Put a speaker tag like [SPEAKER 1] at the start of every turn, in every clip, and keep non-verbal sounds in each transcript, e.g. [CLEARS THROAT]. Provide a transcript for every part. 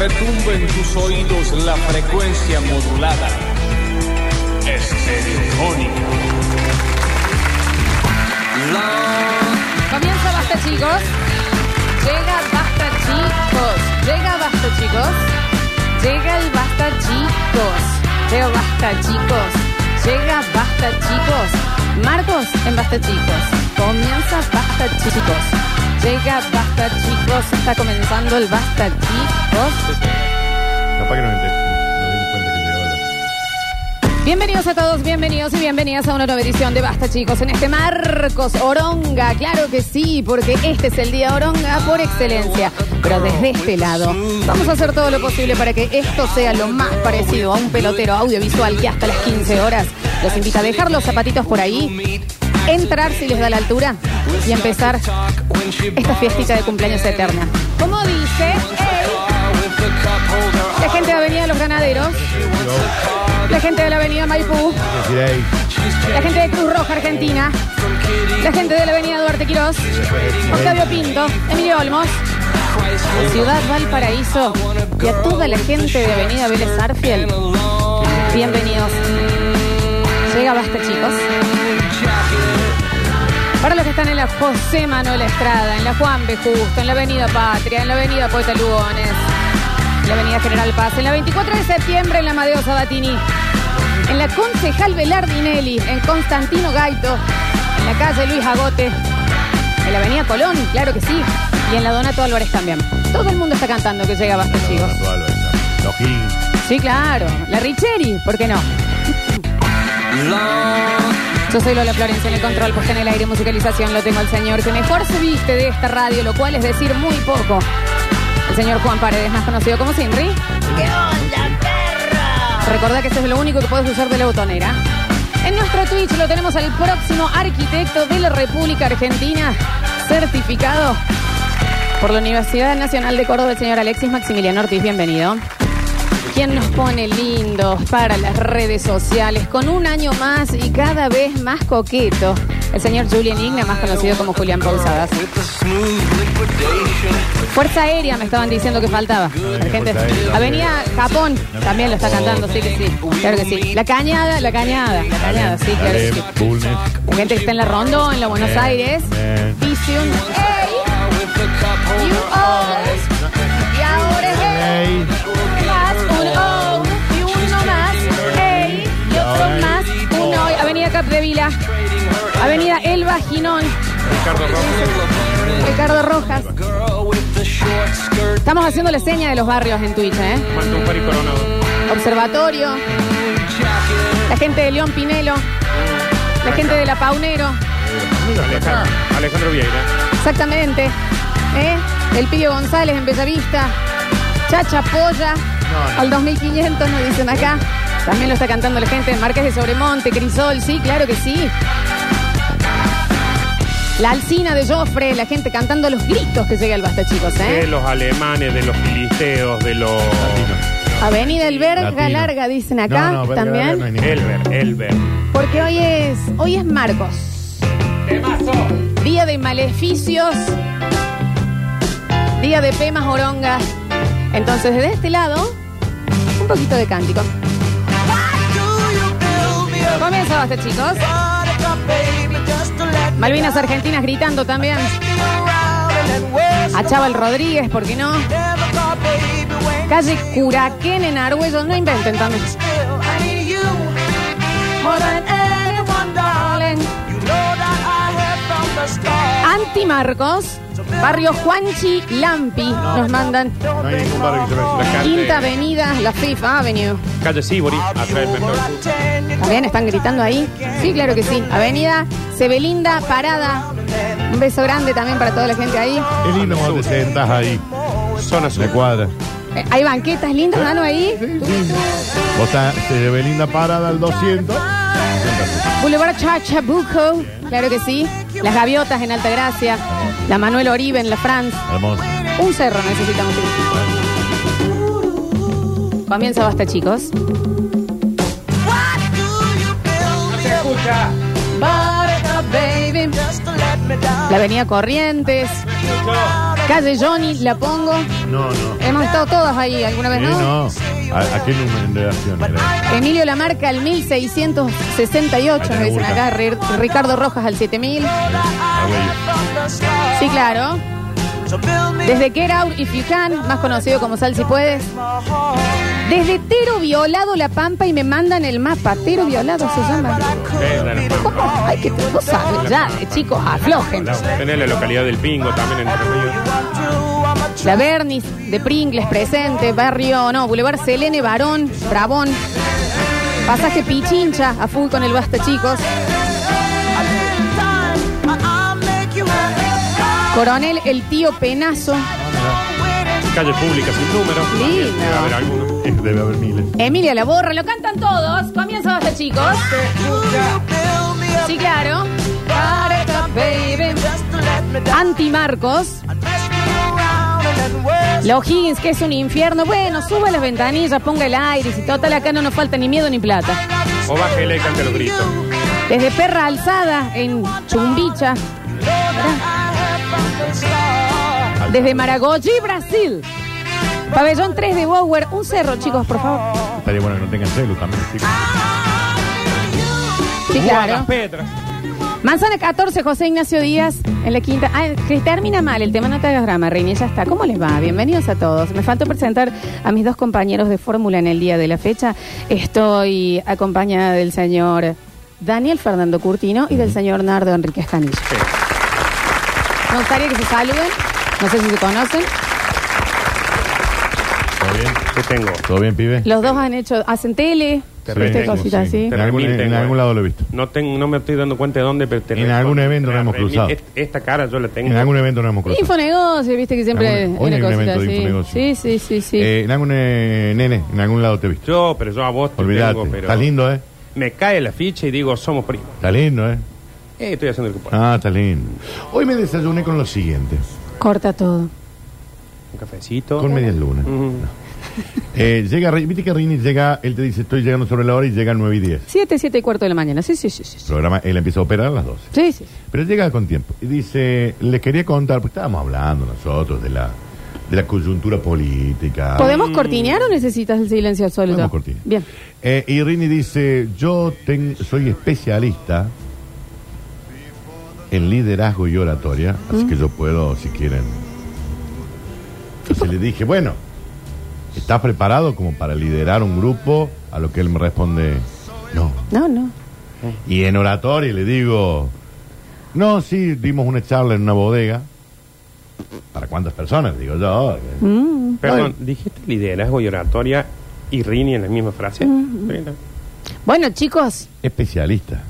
[SPEAKER 1] en tus oídos la frecuencia modulada. Estereofónica.
[SPEAKER 2] Comienza Basta Chicos. Llega Basta Chicos. Llega Basta Chicos. Llega el Basta Chicos. Leo Basta Chicos. Llega Basta Chicos. Marcos en Basta Chicos. Comienza Basta Chicos. Llega Basta Chicos. Está comenzando el Basta Chicos.
[SPEAKER 3] Capaz que nos ente- nos dimos cuenta que llegó la-
[SPEAKER 2] Bienvenidos a todos, bienvenidos y bienvenidas a una nueva edición de Basta Chicos en este Marcos Oronga, claro que sí, porque este es el día Oronga por excelencia, pero desde este lado vamos a hacer todo lo posible para que esto sea lo más parecido a un pelotero audiovisual que hasta las 15 horas los invita a dejar los zapatitos por ahí, entrar si les da la altura y empezar esta fiestita de cumpleaños eterna. Como dice el- la gente de Avenida Los Ganaderos, la gente de la Avenida Maipú,
[SPEAKER 3] Es decir, ahí,
[SPEAKER 2] la gente de Cruz Roja Argentina, la gente de la Avenida Duarte Quirós, Octavio Pinto, Emilio Olmos, Ciudad Valparaíso y a toda la gente de Avenida Vélez Arfiel. Bienvenidos. Llega Basta, chicos. Para los que están en la José Manuel Estrada, en la Juan B. Justo, en la Avenida Patria, en la Avenida Poeta Lugones, en la Avenida General Paz, en la 24 de septiembre, en la Madeo Sabatini, en la Concejal Velardinelli, en Constantino Gaito, en la calle Luis Agote, en la Avenida Colón, claro que sí, y en la Donato Álvarez también. Todo el mundo está cantando que llega Basta, chicos.
[SPEAKER 3] Fernando Álvarez, ¿no? Los Gil,
[SPEAKER 2] Sí, claro. La Richeri, ¿por qué no? Yo soy Lola Florencia en el control, puesta en el aire, musicalización. Lo tengo al señor que mejor se viste de esta radio, lo cual es decir muy poco. El señor Juan Paredes, más conocido como Sinri.
[SPEAKER 4] ¿Qué onda, perro?
[SPEAKER 2] Recordá que eso es lo único que puedes usar de la botonera. En nuestro Twitch lo tenemos al próximo arquitecto de la República Argentina, certificado por la Universidad Nacional de Córdoba, el señor Alexis Maximiliano Ortiz. Bienvenido. Quien nos pone lindos para las redes sociales con un año más y cada vez más coqueto. El señor Julian Igna, más conocido como Julián Pausadas. Fuerza Aérea me estaban diciendo que faltaba. Gente.
[SPEAKER 3] Fuerza Aérea.
[SPEAKER 2] Avenida Japón también lo está cantando, sí que sí. Claro que sí. La cañada, la cañada, la cañada, sí, claro que
[SPEAKER 3] Alem,
[SPEAKER 2] sí.
[SPEAKER 3] Bulnes,
[SPEAKER 2] Gente que está en la Rondo, en la Buenos
[SPEAKER 3] Bien,
[SPEAKER 2] Aires.
[SPEAKER 3] bien.
[SPEAKER 2] Visium. ¡Ey! You all. Y ahora es
[SPEAKER 3] Ley,
[SPEAKER 2] ey. Más un O. Y uno más. ¡Ey! Y otro más. Uno. Avenida Capdevila. Avenida Elba Ginón. Ricardo Rojas. Estamos haciendo la seña de los barrios en Twitch, ¿eh? Observatorio. La gente de León Pinelo. La gente de La Paunero.
[SPEAKER 5] Alejandro Vieira.
[SPEAKER 2] Exactamente. ¿Eh? El Pío González en Bellavista. Chacha Polla. Al 2500 nos dicen acá. También lo está cantando la gente de Marqués de Sobremonte, Crisol, sí, claro que sí. La Alcina de Joffre, la gente cantando los gritos que llega el Basta, chicos,
[SPEAKER 5] De
[SPEAKER 2] ¿eh?
[SPEAKER 5] los alemanes, de los filisteos, de los.
[SPEAKER 2] Avenida El Verga
[SPEAKER 3] Latino.
[SPEAKER 2] Larga, dicen acá
[SPEAKER 3] No, no, Verga
[SPEAKER 2] también.
[SPEAKER 3] Larga no hay ni-
[SPEAKER 5] Elber, Elber.
[SPEAKER 2] Porque hoy es, hoy es Marcos. Día de maleficios. Día de pemas orongas. Entonces, desde este lado, un poquito de cántico. Comienza basta, chicos. Malvinas Argentinas gritando también. A Chaval Rodríguez, ¿por qué no? Calle Curaquén en Argüello, no inventen también. Anti Marcos, barrio Juanchi Lampi, nos mandan.
[SPEAKER 3] No hay ningún barrio que se
[SPEAKER 5] La
[SPEAKER 3] parezca.
[SPEAKER 5] calle,
[SPEAKER 2] Quinta Avenida, la Fifth Avenue.
[SPEAKER 5] calle Sibori, atrás del Mercado Sur.
[SPEAKER 2] También están gritando ahí. Sí, claro que sí. Avenida Sebelinda Parada. Un beso grande también para toda la gente ahí.
[SPEAKER 3] Es lindo cuando te sentás ahí.
[SPEAKER 5] Zona sur.
[SPEAKER 3] La cuadra.
[SPEAKER 2] Eh, hay banquetas lindas, Manu, ahí.
[SPEAKER 3] Vos estás eh, de Belinda Parada al 200.
[SPEAKER 2] Boulevard Chachabuco. Claro que sí. Las Gaviotas en Altagracia. La Manuel Oribe en La France.
[SPEAKER 3] Hermoso.
[SPEAKER 2] Un cerro necesitamos. Comienza basta, chicos. La Avenida Corrientes, Calle Johnny, la pongo.
[SPEAKER 3] No, no.
[SPEAKER 2] Hemos estado todas ahí alguna vez,
[SPEAKER 3] Eh,
[SPEAKER 2] ¿no?
[SPEAKER 3] no. ¿A, a qué numeración era?
[SPEAKER 2] Emilio Lamarca al 1668, nos dicen acá. Ri- Ricardo Rojas al 7000.
[SPEAKER 3] Ah,
[SPEAKER 2] Sí, claro. Desde Get Out If You Can, más conocido como Sal Si Puedes. Desde Tero Violado La Pampa y me mandan el mapa. Tero Violado se llama.
[SPEAKER 5] Eh,
[SPEAKER 2] ¿Cómo? Ay, que te- vos sabes ya, eh, chicos, aflojen.
[SPEAKER 5] Tenés la localidad del Pingo también en Entre Ríos.
[SPEAKER 2] La Bernis, de Pringles, presente, barrio, no, Boulevard Selene, Barón, Brabón. Pasaje Pichincha, a full con el basta, chicos. Coronel, el tío Penazo.
[SPEAKER 5] Calle pública sin número.
[SPEAKER 2] Lindo.
[SPEAKER 5] Debe haber alguno.
[SPEAKER 3] güey. Eh, Debe haber miles.
[SPEAKER 2] Emilia la borra, lo cantan todos. Comienza basta, chicos. Sí, claro. Anti Marcos. La O'Higgins, que es un infierno. Bueno, suba las ventanillas, ponga el aire. y Si total, acá no nos falta ni miedo ni plata.
[SPEAKER 5] O bájele y cante los gritos.
[SPEAKER 2] Desde Perra Alzada, en Chumbicha. Desde Maragogi, Brasil. Pabellón 3 de Bower. Un cerro, chicos, por favor.
[SPEAKER 3] Estaría bueno que no tengan celu también, chicos.
[SPEAKER 2] Sí, claro.
[SPEAKER 5] Pedras.
[SPEAKER 2] Manzana 14, José Ignacio Díaz, en la quinta. Ah, que termina mal, el tema no te hagas drama, Rini, ya está. ¿Cómo les va? Bienvenidos a todos. Me falta presentar a mis dos compañeros de fórmula en el día de la fecha. Estoy acompañada del señor Daniel Fernando Curtino y del señor Nardo Enrique Canillo. Me gustaría que se saluden, no sé si se conocen.
[SPEAKER 3] ¿Todo bien?
[SPEAKER 5] ¿Qué tengo?
[SPEAKER 3] ¿Todo bien, pibe?
[SPEAKER 2] Los dos han hecho, hacen tele,
[SPEAKER 3] Sí,
[SPEAKER 2] viste,
[SPEAKER 5] tengo,
[SPEAKER 2] cositas
[SPEAKER 3] sí.
[SPEAKER 2] así.
[SPEAKER 3] En algún- en algún lado lo he visto.
[SPEAKER 5] No, tengo, no me estoy dando cuenta de dónde, pero te
[SPEAKER 3] En
[SPEAKER 5] recontra-
[SPEAKER 3] algún evento nos hemos
[SPEAKER 5] remil-
[SPEAKER 3] cruzado.
[SPEAKER 5] est- Esta cara yo la tengo.
[SPEAKER 3] En algún evento no hemos cruzado.
[SPEAKER 2] Infonegocio, viste que siempre
[SPEAKER 3] Algún- hoy
[SPEAKER 2] una
[SPEAKER 3] hay un
[SPEAKER 2] cosita
[SPEAKER 3] evento de
[SPEAKER 2] así.
[SPEAKER 3] Infonegocio.
[SPEAKER 2] Sí, sí, sí, sí.
[SPEAKER 3] Eh, en algún eh, nene, en algún lado te he visto.
[SPEAKER 5] Yo, pero yo a vos te
[SPEAKER 3] Olvídate.
[SPEAKER 5] tengo, pero.
[SPEAKER 3] Estás lindo, ¿eh?
[SPEAKER 5] Me cae la ficha y digo, somos primos.
[SPEAKER 3] Estás lindo, ¿eh?
[SPEAKER 5] Eh, estoy haciendo el que puedo.
[SPEAKER 3] Ah, estás lindo. Hoy me desayuné con lo siguiente.
[SPEAKER 2] Corta todo.
[SPEAKER 5] Un cafecito.
[SPEAKER 3] Con medias lunas.
[SPEAKER 5] Mm.
[SPEAKER 3] Eh, llega, Ri- viste que Rini llega, él te dice, estoy llegando sobre la hora y llega a 9 y 10.
[SPEAKER 2] 7, 7 y cuarto de la mañana. Sí, sí, sí. Sí,
[SPEAKER 3] El
[SPEAKER 2] sí.
[SPEAKER 3] programa, él empieza a operar a las 12.
[SPEAKER 2] sí, sí.
[SPEAKER 3] Pero llega con tiempo. Y dice, les quería contar, pues estábamos hablando nosotros de la, de la coyuntura política.
[SPEAKER 2] ¿Podemos
[SPEAKER 5] Ah.
[SPEAKER 2] cortinear o necesitas el silencio absoluto?
[SPEAKER 3] Podemos cortinar.
[SPEAKER 2] Bien.
[SPEAKER 3] Eh, y Rini dice, yo ten- soy especialista en liderazgo y oratoria,
[SPEAKER 5] Mm.
[SPEAKER 3] así que yo puedo, si quieren. Entonces le dije, bueno, ¿estás preparado como para liderar un grupo? A lo que él me responde, no.
[SPEAKER 2] No, no.
[SPEAKER 3] Y en oratoria le digo, no, sí, dimos una charla en una bodega. ¿Para cuántas personas? Digo yo.
[SPEAKER 5] Mm. Perdón, dijiste liderazgo y oratoria y Rini en la misma frase. Bueno.
[SPEAKER 2] Bueno, chicos,
[SPEAKER 3] Especialista.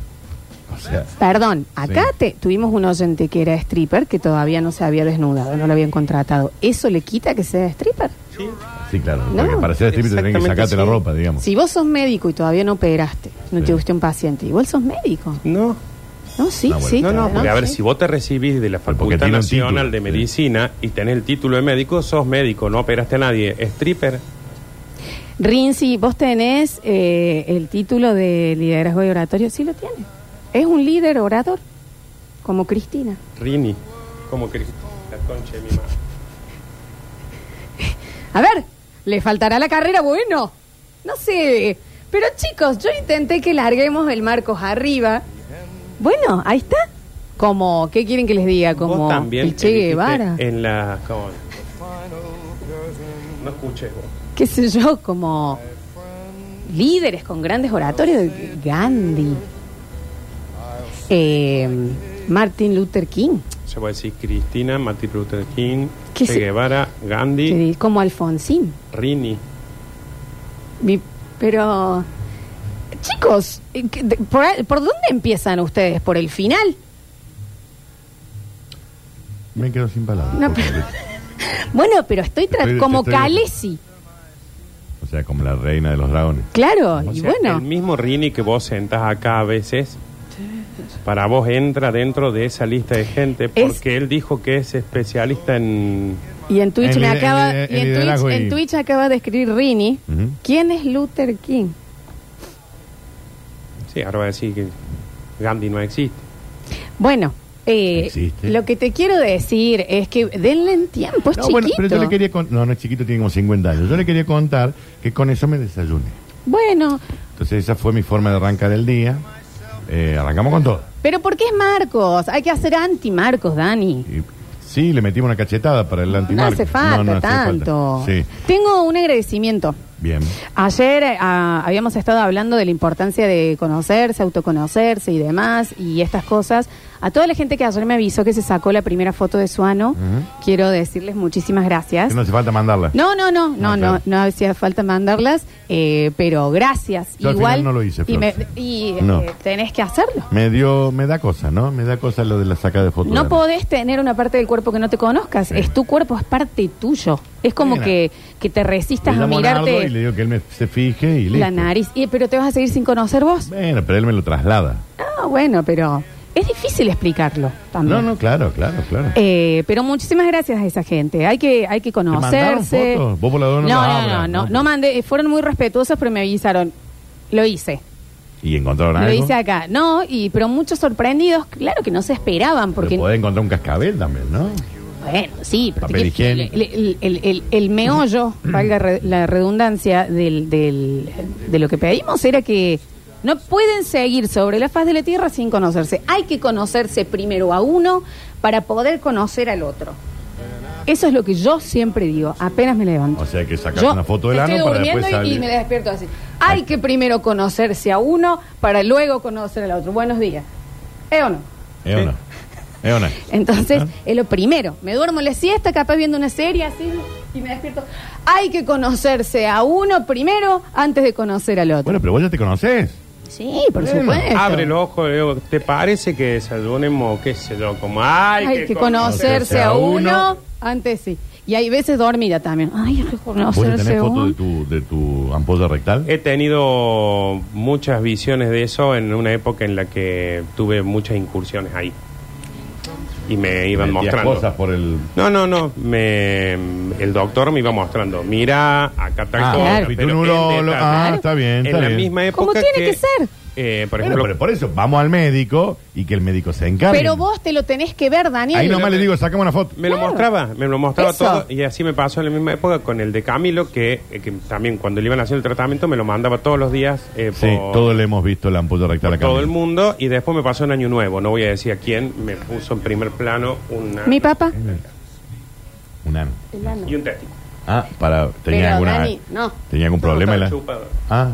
[SPEAKER 3] O sea,
[SPEAKER 2] perdón. Acá
[SPEAKER 3] Sí.
[SPEAKER 2] te, tuvimos un oyente que era stripper que todavía no se había desnudado, no lo habían contratado. ¿Eso le quita que sea stripper?
[SPEAKER 3] sí, claro.
[SPEAKER 2] No.
[SPEAKER 3] porque para ser stripper tenés que
[SPEAKER 5] Exactamente,
[SPEAKER 3] sacarte la
[SPEAKER 5] sí.
[SPEAKER 3] ropa, digamos.
[SPEAKER 2] Si vos sos médico y todavía no operaste, no
[SPEAKER 3] Sí.
[SPEAKER 2] te guste un paciente, igual sos médico.
[SPEAKER 5] No,
[SPEAKER 2] No, sí,
[SPEAKER 3] Ah, bueno.
[SPEAKER 2] sí.
[SPEAKER 5] no, no,
[SPEAKER 2] claro,
[SPEAKER 5] porque a ver,
[SPEAKER 2] sí.
[SPEAKER 5] si vos te recibís de la
[SPEAKER 3] porque
[SPEAKER 5] Facultad
[SPEAKER 3] tiene un
[SPEAKER 5] Nacional
[SPEAKER 3] título,
[SPEAKER 5] de
[SPEAKER 3] sí.
[SPEAKER 5] Medicina y tenés el título de médico, sos médico, no operaste a nadie. Stripper,
[SPEAKER 2] Rinzi, vos tenés eh, el título de liderazgo y oratorio. Sí lo tiene. Es un líder orador, como Cristina.
[SPEAKER 5] Rini, como Cristo, la concha de mi madre.
[SPEAKER 2] A ver, ¿le faltará la carrera? Bueno, no sé. Pero chicos, yo intenté que larguemos el Marcos arriba. Bueno, ahí está. Como, ¿qué quieren que les diga? Como
[SPEAKER 5] Vos también
[SPEAKER 2] el Che
[SPEAKER 5] elegiste
[SPEAKER 2] Guevara.
[SPEAKER 5] En la. ¿cómo? No escuché vos.
[SPEAKER 2] ¿Qué sé yo? Como líderes con grandes oratorios. Gandhi. Eh, Martin Luther King.
[SPEAKER 5] Se va a decir Cristina, Martin Luther King,
[SPEAKER 2] ¿Qué
[SPEAKER 5] Che
[SPEAKER 2] se-
[SPEAKER 5] Guevara,
[SPEAKER 2] que
[SPEAKER 5] Gandhi,
[SPEAKER 2] di- Como Alfonsín.
[SPEAKER 5] Rini.
[SPEAKER 2] Mi- pero, chicos, eh, que- de- ¿por, a- por dónde empiezan ustedes? ¿Por el final?
[SPEAKER 3] Me quedo sin palabras.
[SPEAKER 2] No,
[SPEAKER 3] porque-
[SPEAKER 2] pero- Bueno, pero estoy tra-
[SPEAKER 3] Estoy-
[SPEAKER 2] como
[SPEAKER 3] estoy-
[SPEAKER 2] Calesi.
[SPEAKER 3] O sea, como la reina de los dragones.
[SPEAKER 2] Claro,
[SPEAKER 5] O
[SPEAKER 2] y
[SPEAKER 5] sea,
[SPEAKER 2] bueno.
[SPEAKER 5] El mismo Rini que vos sentás acá a veces, para vos entra dentro de esa lista de gente,
[SPEAKER 2] Es-
[SPEAKER 5] porque él dijo que es especialista en.
[SPEAKER 2] Y en Twitch
[SPEAKER 3] el
[SPEAKER 2] me
[SPEAKER 3] lider-
[SPEAKER 2] acaba,
[SPEAKER 3] el lider-
[SPEAKER 2] y en
[SPEAKER 3] el
[SPEAKER 2] Twitch-
[SPEAKER 3] liderazgo y-
[SPEAKER 2] en Twitch acaba de escribir Rini.
[SPEAKER 3] Ujú.
[SPEAKER 2] ¿Quién es Luther King?
[SPEAKER 5] Sí, ahora va a decir que Gandhi no existe.
[SPEAKER 2] Bueno, Eh,
[SPEAKER 3] Existe.
[SPEAKER 2] lo que te quiero decir es que denle en tiempo, es
[SPEAKER 3] No,
[SPEAKER 2] chiquito.
[SPEAKER 3] bueno, pero yo le quería con- No, no es chiquito, tiene como 50 años. Yo le quería contar que con eso me desayuné.
[SPEAKER 2] Bueno,
[SPEAKER 3] Entonces esa fue mi forma de arrancar el día. Eh, arrancamos con todo.
[SPEAKER 2] pero ¿por qué es Marcos? Hay que hacer anti-Marcos, Dani.
[SPEAKER 3] Y- sí, le metimos una cachetada para el
[SPEAKER 2] No
[SPEAKER 3] antimarco.
[SPEAKER 2] hace falta tanto.
[SPEAKER 3] Sí,
[SPEAKER 2] Tengo un agradecimiento.
[SPEAKER 3] bien.
[SPEAKER 2] Ayer eh, ah, habíamos estado hablando de la importancia de conocerse, autoconocerse y demás, y estas cosas. A toda la gente que ayer me avisó que se sacó la primera foto de su ano, quiero decirles muchísimas gracias.
[SPEAKER 3] Que no hace falta mandarla.
[SPEAKER 2] Ah, No, no, no, no, no,
[SPEAKER 3] Ah, claro.
[SPEAKER 2] no hacía falta mandarlas, eh, pero gracias.
[SPEAKER 3] Yo al
[SPEAKER 2] Igual.
[SPEAKER 3] final no lo hice,
[SPEAKER 2] y
[SPEAKER 3] Flor.
[SPEAKER 2] me- y,
[SPEAKER 3] No.
[SPEAKER 2] eh, tenés que hacerlo.
[SPEAKER 3] Me dio, me da cosa, ¿no? Me da cosa lo de la saca de fotos.
[SPEAKER 2] No podés tener una parte del cuerpo que no te conozcas.
[SPEAKER 3] Sí.
[SPEAKER 2] Es tu cuerpo, es parte tuyo. Es como
[SPEAKER 3] Mira.
[SPEAKER 2] que, que te
[SPEAKER 3] Le
[SPEAKER 2] resistas a
[SPEAKER 3] llamo a Nardo
[SPEAKER 2] mirarte
[SPEAKER 3] y le digo que él me, se fije y listo.
[SPEAKER 2] la nariz. Y, pero te vas a seguir sin conocer vos.
[SPEAKER 3] Bueno, pero él me lo traslada.
[SPEAKER 2] Ah, bueno, pero es difícil explicarlo también.
[SPEAKER 3] No, no, claro, claro, claro.
[SPEAKER 2] Eh, pero muchísimas gracias a esa gente. Hay que, hay que
[SPEAKER 3] mandaron
[SPEAKER 2] conocerse.
[SPEAKER 3] fotos? Vos por la duda
[SPEAKER 2] no,
[SPEAKER 3] no
[SPEAKER 2] no,
[SPEAKER 3] las
[SPEAKER 2] no,
[SPEAKER 3] abras,
[SPEAKER 2] no,
[SPEAKER 3] ¿no?
[SPEAKER 2] no mandé. eh, Fueron muy respetuosos, pero me avisaron. Lo hice.
[SPEAKER 3] ¿Y encontraron algo?
[SPEAKER 2] Lo hice acá. No, y pero muchos sorprendidos, claro que no se esperaban, porque.
[SPEAKER 3] Pero podés encontrar un cascabel también, ¿no?
[SPEAKER 2] Bueno, sí, pero
[SPEAKER 3] Papel
[SPEAKER 2] te-
[SPEAKER 3] higiénico.
[SPEAKER 2] el, el- el- el- el
[SPEAKER 3] [CLEARS THROAT]
[SPEAKER 2] meollo, valga re- la redundancia, del, del- de lo que pedimos era que no pueden seguir sobre la faz de la tierra sin conocerse. Hay que conocerse primero a uno para poder conocer al otro. Eso es lo que yo siempre digo, apenas me levanto.
[SPEAKER 3] O sea que sacás
[SPEAKER 2] Yo
[SPEAKER 3] una foto del
[SPEAKER 2] estoy
[SPEAKER 3] ano para
[SPEAKER 2] durmiendo
[SPEAKER 3] después
[SPEAKER 2] y- y,
[SPEAKER 3] salir.
[SPEAKER 2] me despierto así. Hay que primero conocerse a uno para luego conocer al otro. Buenos días. ¿Eh o no?
[SPEAKER 3] ¿Eh o no? ¿Eh o no?
[SPEAKER 2] Entonces,
[SPEAKER 3] ¿Ah?
[SPEAKER 2] es lo primero. Me duermo la siesta, capaz viendo una serie así, y me despierto. Hay que conocerse a uno primero antes de conocer al otro.
[SPEAKER 3] Bueno, pero vos ya te conocés.
[SPEAKER 2] sí, por
[SPEAKER 3] bueno,
[SPEAKER 2] supuesto.
[SPEAKER 5] Abre el ojo, le digo, ¿te parece que desayunemos o qué sé yo? Como, ay,
[SPEAKER 2] Hay, que, conocerse a uno antes sí. Y hay veces dormida también. Ay, hay que
[SPEAKER 3] ¿Vos ya
[SPEAKER 2] conocerse
[SPEAKER 3] tenés
[SPEAKER 2] a
[SPEAKER 3] foto de
[SPEAKER 2] uno.
[SPEAKER 3] tu, de tu ampolla rectal?
[SPEAKER 5] He tenido muchas visiones de eso en una época en la que tuve muchas incursiones ahí. Y me iban
[SPEAKER 3] Metías
[SPEAKER 5] mostrando.
[SPEAKER 3] cosas por el...
[SPEAKER 5] No, no, no. Me, el doctor me iba mostrando. Mira, acá tal
[SPEAKER 3] Ah,
[SPEAKER 5] cosa,
[SPEAKER 2] claro.
[SPEAKER 5] pero
[SPEAKER 3] Un
[SPEAKER 5] en
[SPEAKER 3] urólogo,
[SPEAKER 5] detalle.
[SPEAKER 3] ah, está bien,
[SPEAKER 5] En
[SPEAKER 3] está
[SPEAKER 5] la
[SPEAKER 3] bien.
[SPEAKER 5] misma época.
[SPEAKER 2] Como tiene que ser.
[SPEAKER 5] eh, por
[SPEAKER 3] Bueno,
[SPEAKER 5] ejemplo,
[SPEAKER 3] pero por eso, vamos al médico y que el médico se encargue.
[SPEAKER 2] Pero vos te lo tenés que ver, Daniel.
[SPEAKER 3] Ahí nomás le digo, sacame una foto.
[SPEAKER 5] me lo mostraba, me lo mostraba
[SPEAKER 2] Eso.
[SPEAKER 5] todo. Y así me pasó en la misma época con el de Camilo, que, eh, que también cuando le iban haciendo el tratamiento me lo mandaba todos los días eh,
[SPEAKER 3] Sí,
[SPEAKER 5] por,
[SPEAKER 3] todo le hemos visto la ampolla rectal
[SPEAKER 5] por
[SPEAKER 3] acá.
[SPEAKER 5] todo el mundo. Y después me pasó en Año Nuevo. No voy a decir a quién. Me puso en primer plano una,
[SPEAKER 2] Mi papá.
[SPEAKER 3] Un ano.
[SPEAKER 5] y un testículo.
[SPEAKER 3] Ah, para... ¿Tenía
[SPEAKER 2] Pero,
[SPEAKER 3] alguna...
[SPEAKER 2] Dani, no.
[SPEAKER 3] ¿Tenía algún problema? la-
[SPEAKER 5] Estaba chupado.
[SPEAKER 3] Ah,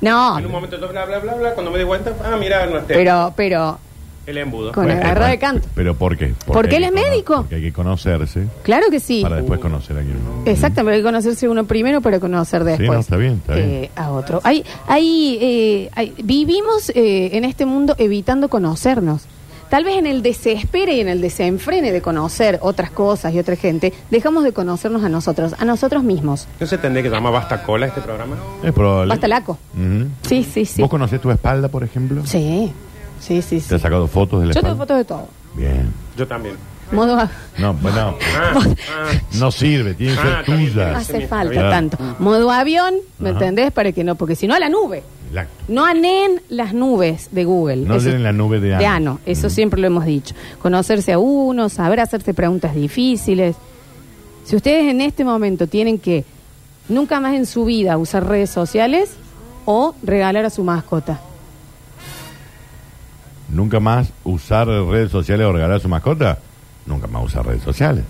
[SPEAKER 2] No,
[SPEAKER 5] En un momento, yo bla, bla, bla, bla. Cuando me di cuenta, ah, mira, no está.
[SPEAKER 2] pero, pero,
[SPEAKER 5] El embudo.
[SPEAKER 2] Con
[SPEAKER 3] bueno,
[SPEAKER 2] agarró de
[SPEAKER 3] bueno,
[SPEAKER 2] canto.
[SPEAKER 3] ¿Pero por qué?
[SPEAKER 2] Porque
[SPEAKER 3] hay
[SPEAKER 2] él
[SPEAKER 3] que
[SPEAKER 2] es
[SPEAKER 3] cono-
[SPEAKER 2] médico.
[SPEAKER 3] Porque hay que conocerse
[SPEAKER 2] claro que sí.
[SPEAKER 3] para después conocer a quien...
[SPEAKER 2] Exactamente, hay que conocerse uno primero para conocer después
[SPEAKER 3] no, está bien, está bien.
[SPEAKER 2] eh, a otro. Hay, hay, eh, hay- vivimos eh, en este mundo evitando conocernos. Tal vez en el desespere y en el desenfrene de conocer otras cosas y otra gente, dejamos de conocernos a nosotros, a nosotros mismos.
[SPEAKER 5] ¿No se tendría que llamar Basta Cola este programa?
[SPEAKER 3] Es probable.
[SPEAKER 2] Basta laco.
[SPEAKER 3] Ujú.
[SPEAKER 2] Sí, sí, sí.
[SPEAKER 3] ¿Vos conocés tu espalda, por ejemplo?
[SPEAKER 2] Sí, sí, sí. sí.
[SPEAKER 3] ¿Te has sacado fotos de la
[SPEAKER 2] Yo tengo
[SPEAKER 3] espalda?
[SPEAKER 2] fotos de todo.
[SPEAKER 3] Bien.
[SPEAKER 5] Yo también.
[SPEAKER 2] Modo a-
[SPEAKER 3] No, bueno,
[SPEAKER 5] Ah, ah.
[SPEAKER 3] no sirve, tiene que
[SPEAKER 5] Ah,
[SPEAKER 3] ser
[SPEAKER 5] está bien,
[SPEAKER 3] tuya.
[SPEAKER 5] está
[SPEAKER 2] hace
[SPEAKER 5] sí,
[SPEAKER 2] falta
[SPEAKER 3] claro.
[SPEAKER 2] tanto. Modo avión, ¿me
[SPEAKER 3] Ajá.
[SPEAKER 2] entendés? Para que no, porque si no a la nube.
[SPEAKER 3] Exacto.
[SPEAKER 2] No aneen las nubes de Google.
[SPEAKER 3] No
[SPEAKER 2] Eso-
[SPEAKER 3] llenen la nube de ano.
[SPEAKER 2] De ano, eso
[SPEAKER 3] Mm.
[SPEAKER 2] siempre lo hemos dicho. Conocerse a uno, saber hacerse preguntas difíciles. Si ustedes en este momento tienen que nunca más en su vida usar redes sociales o regalar a su mascota.
[SPEAKER 3] Nunca más usar redes sociales o regalar a su mascota. Nunca más usar redes sociales.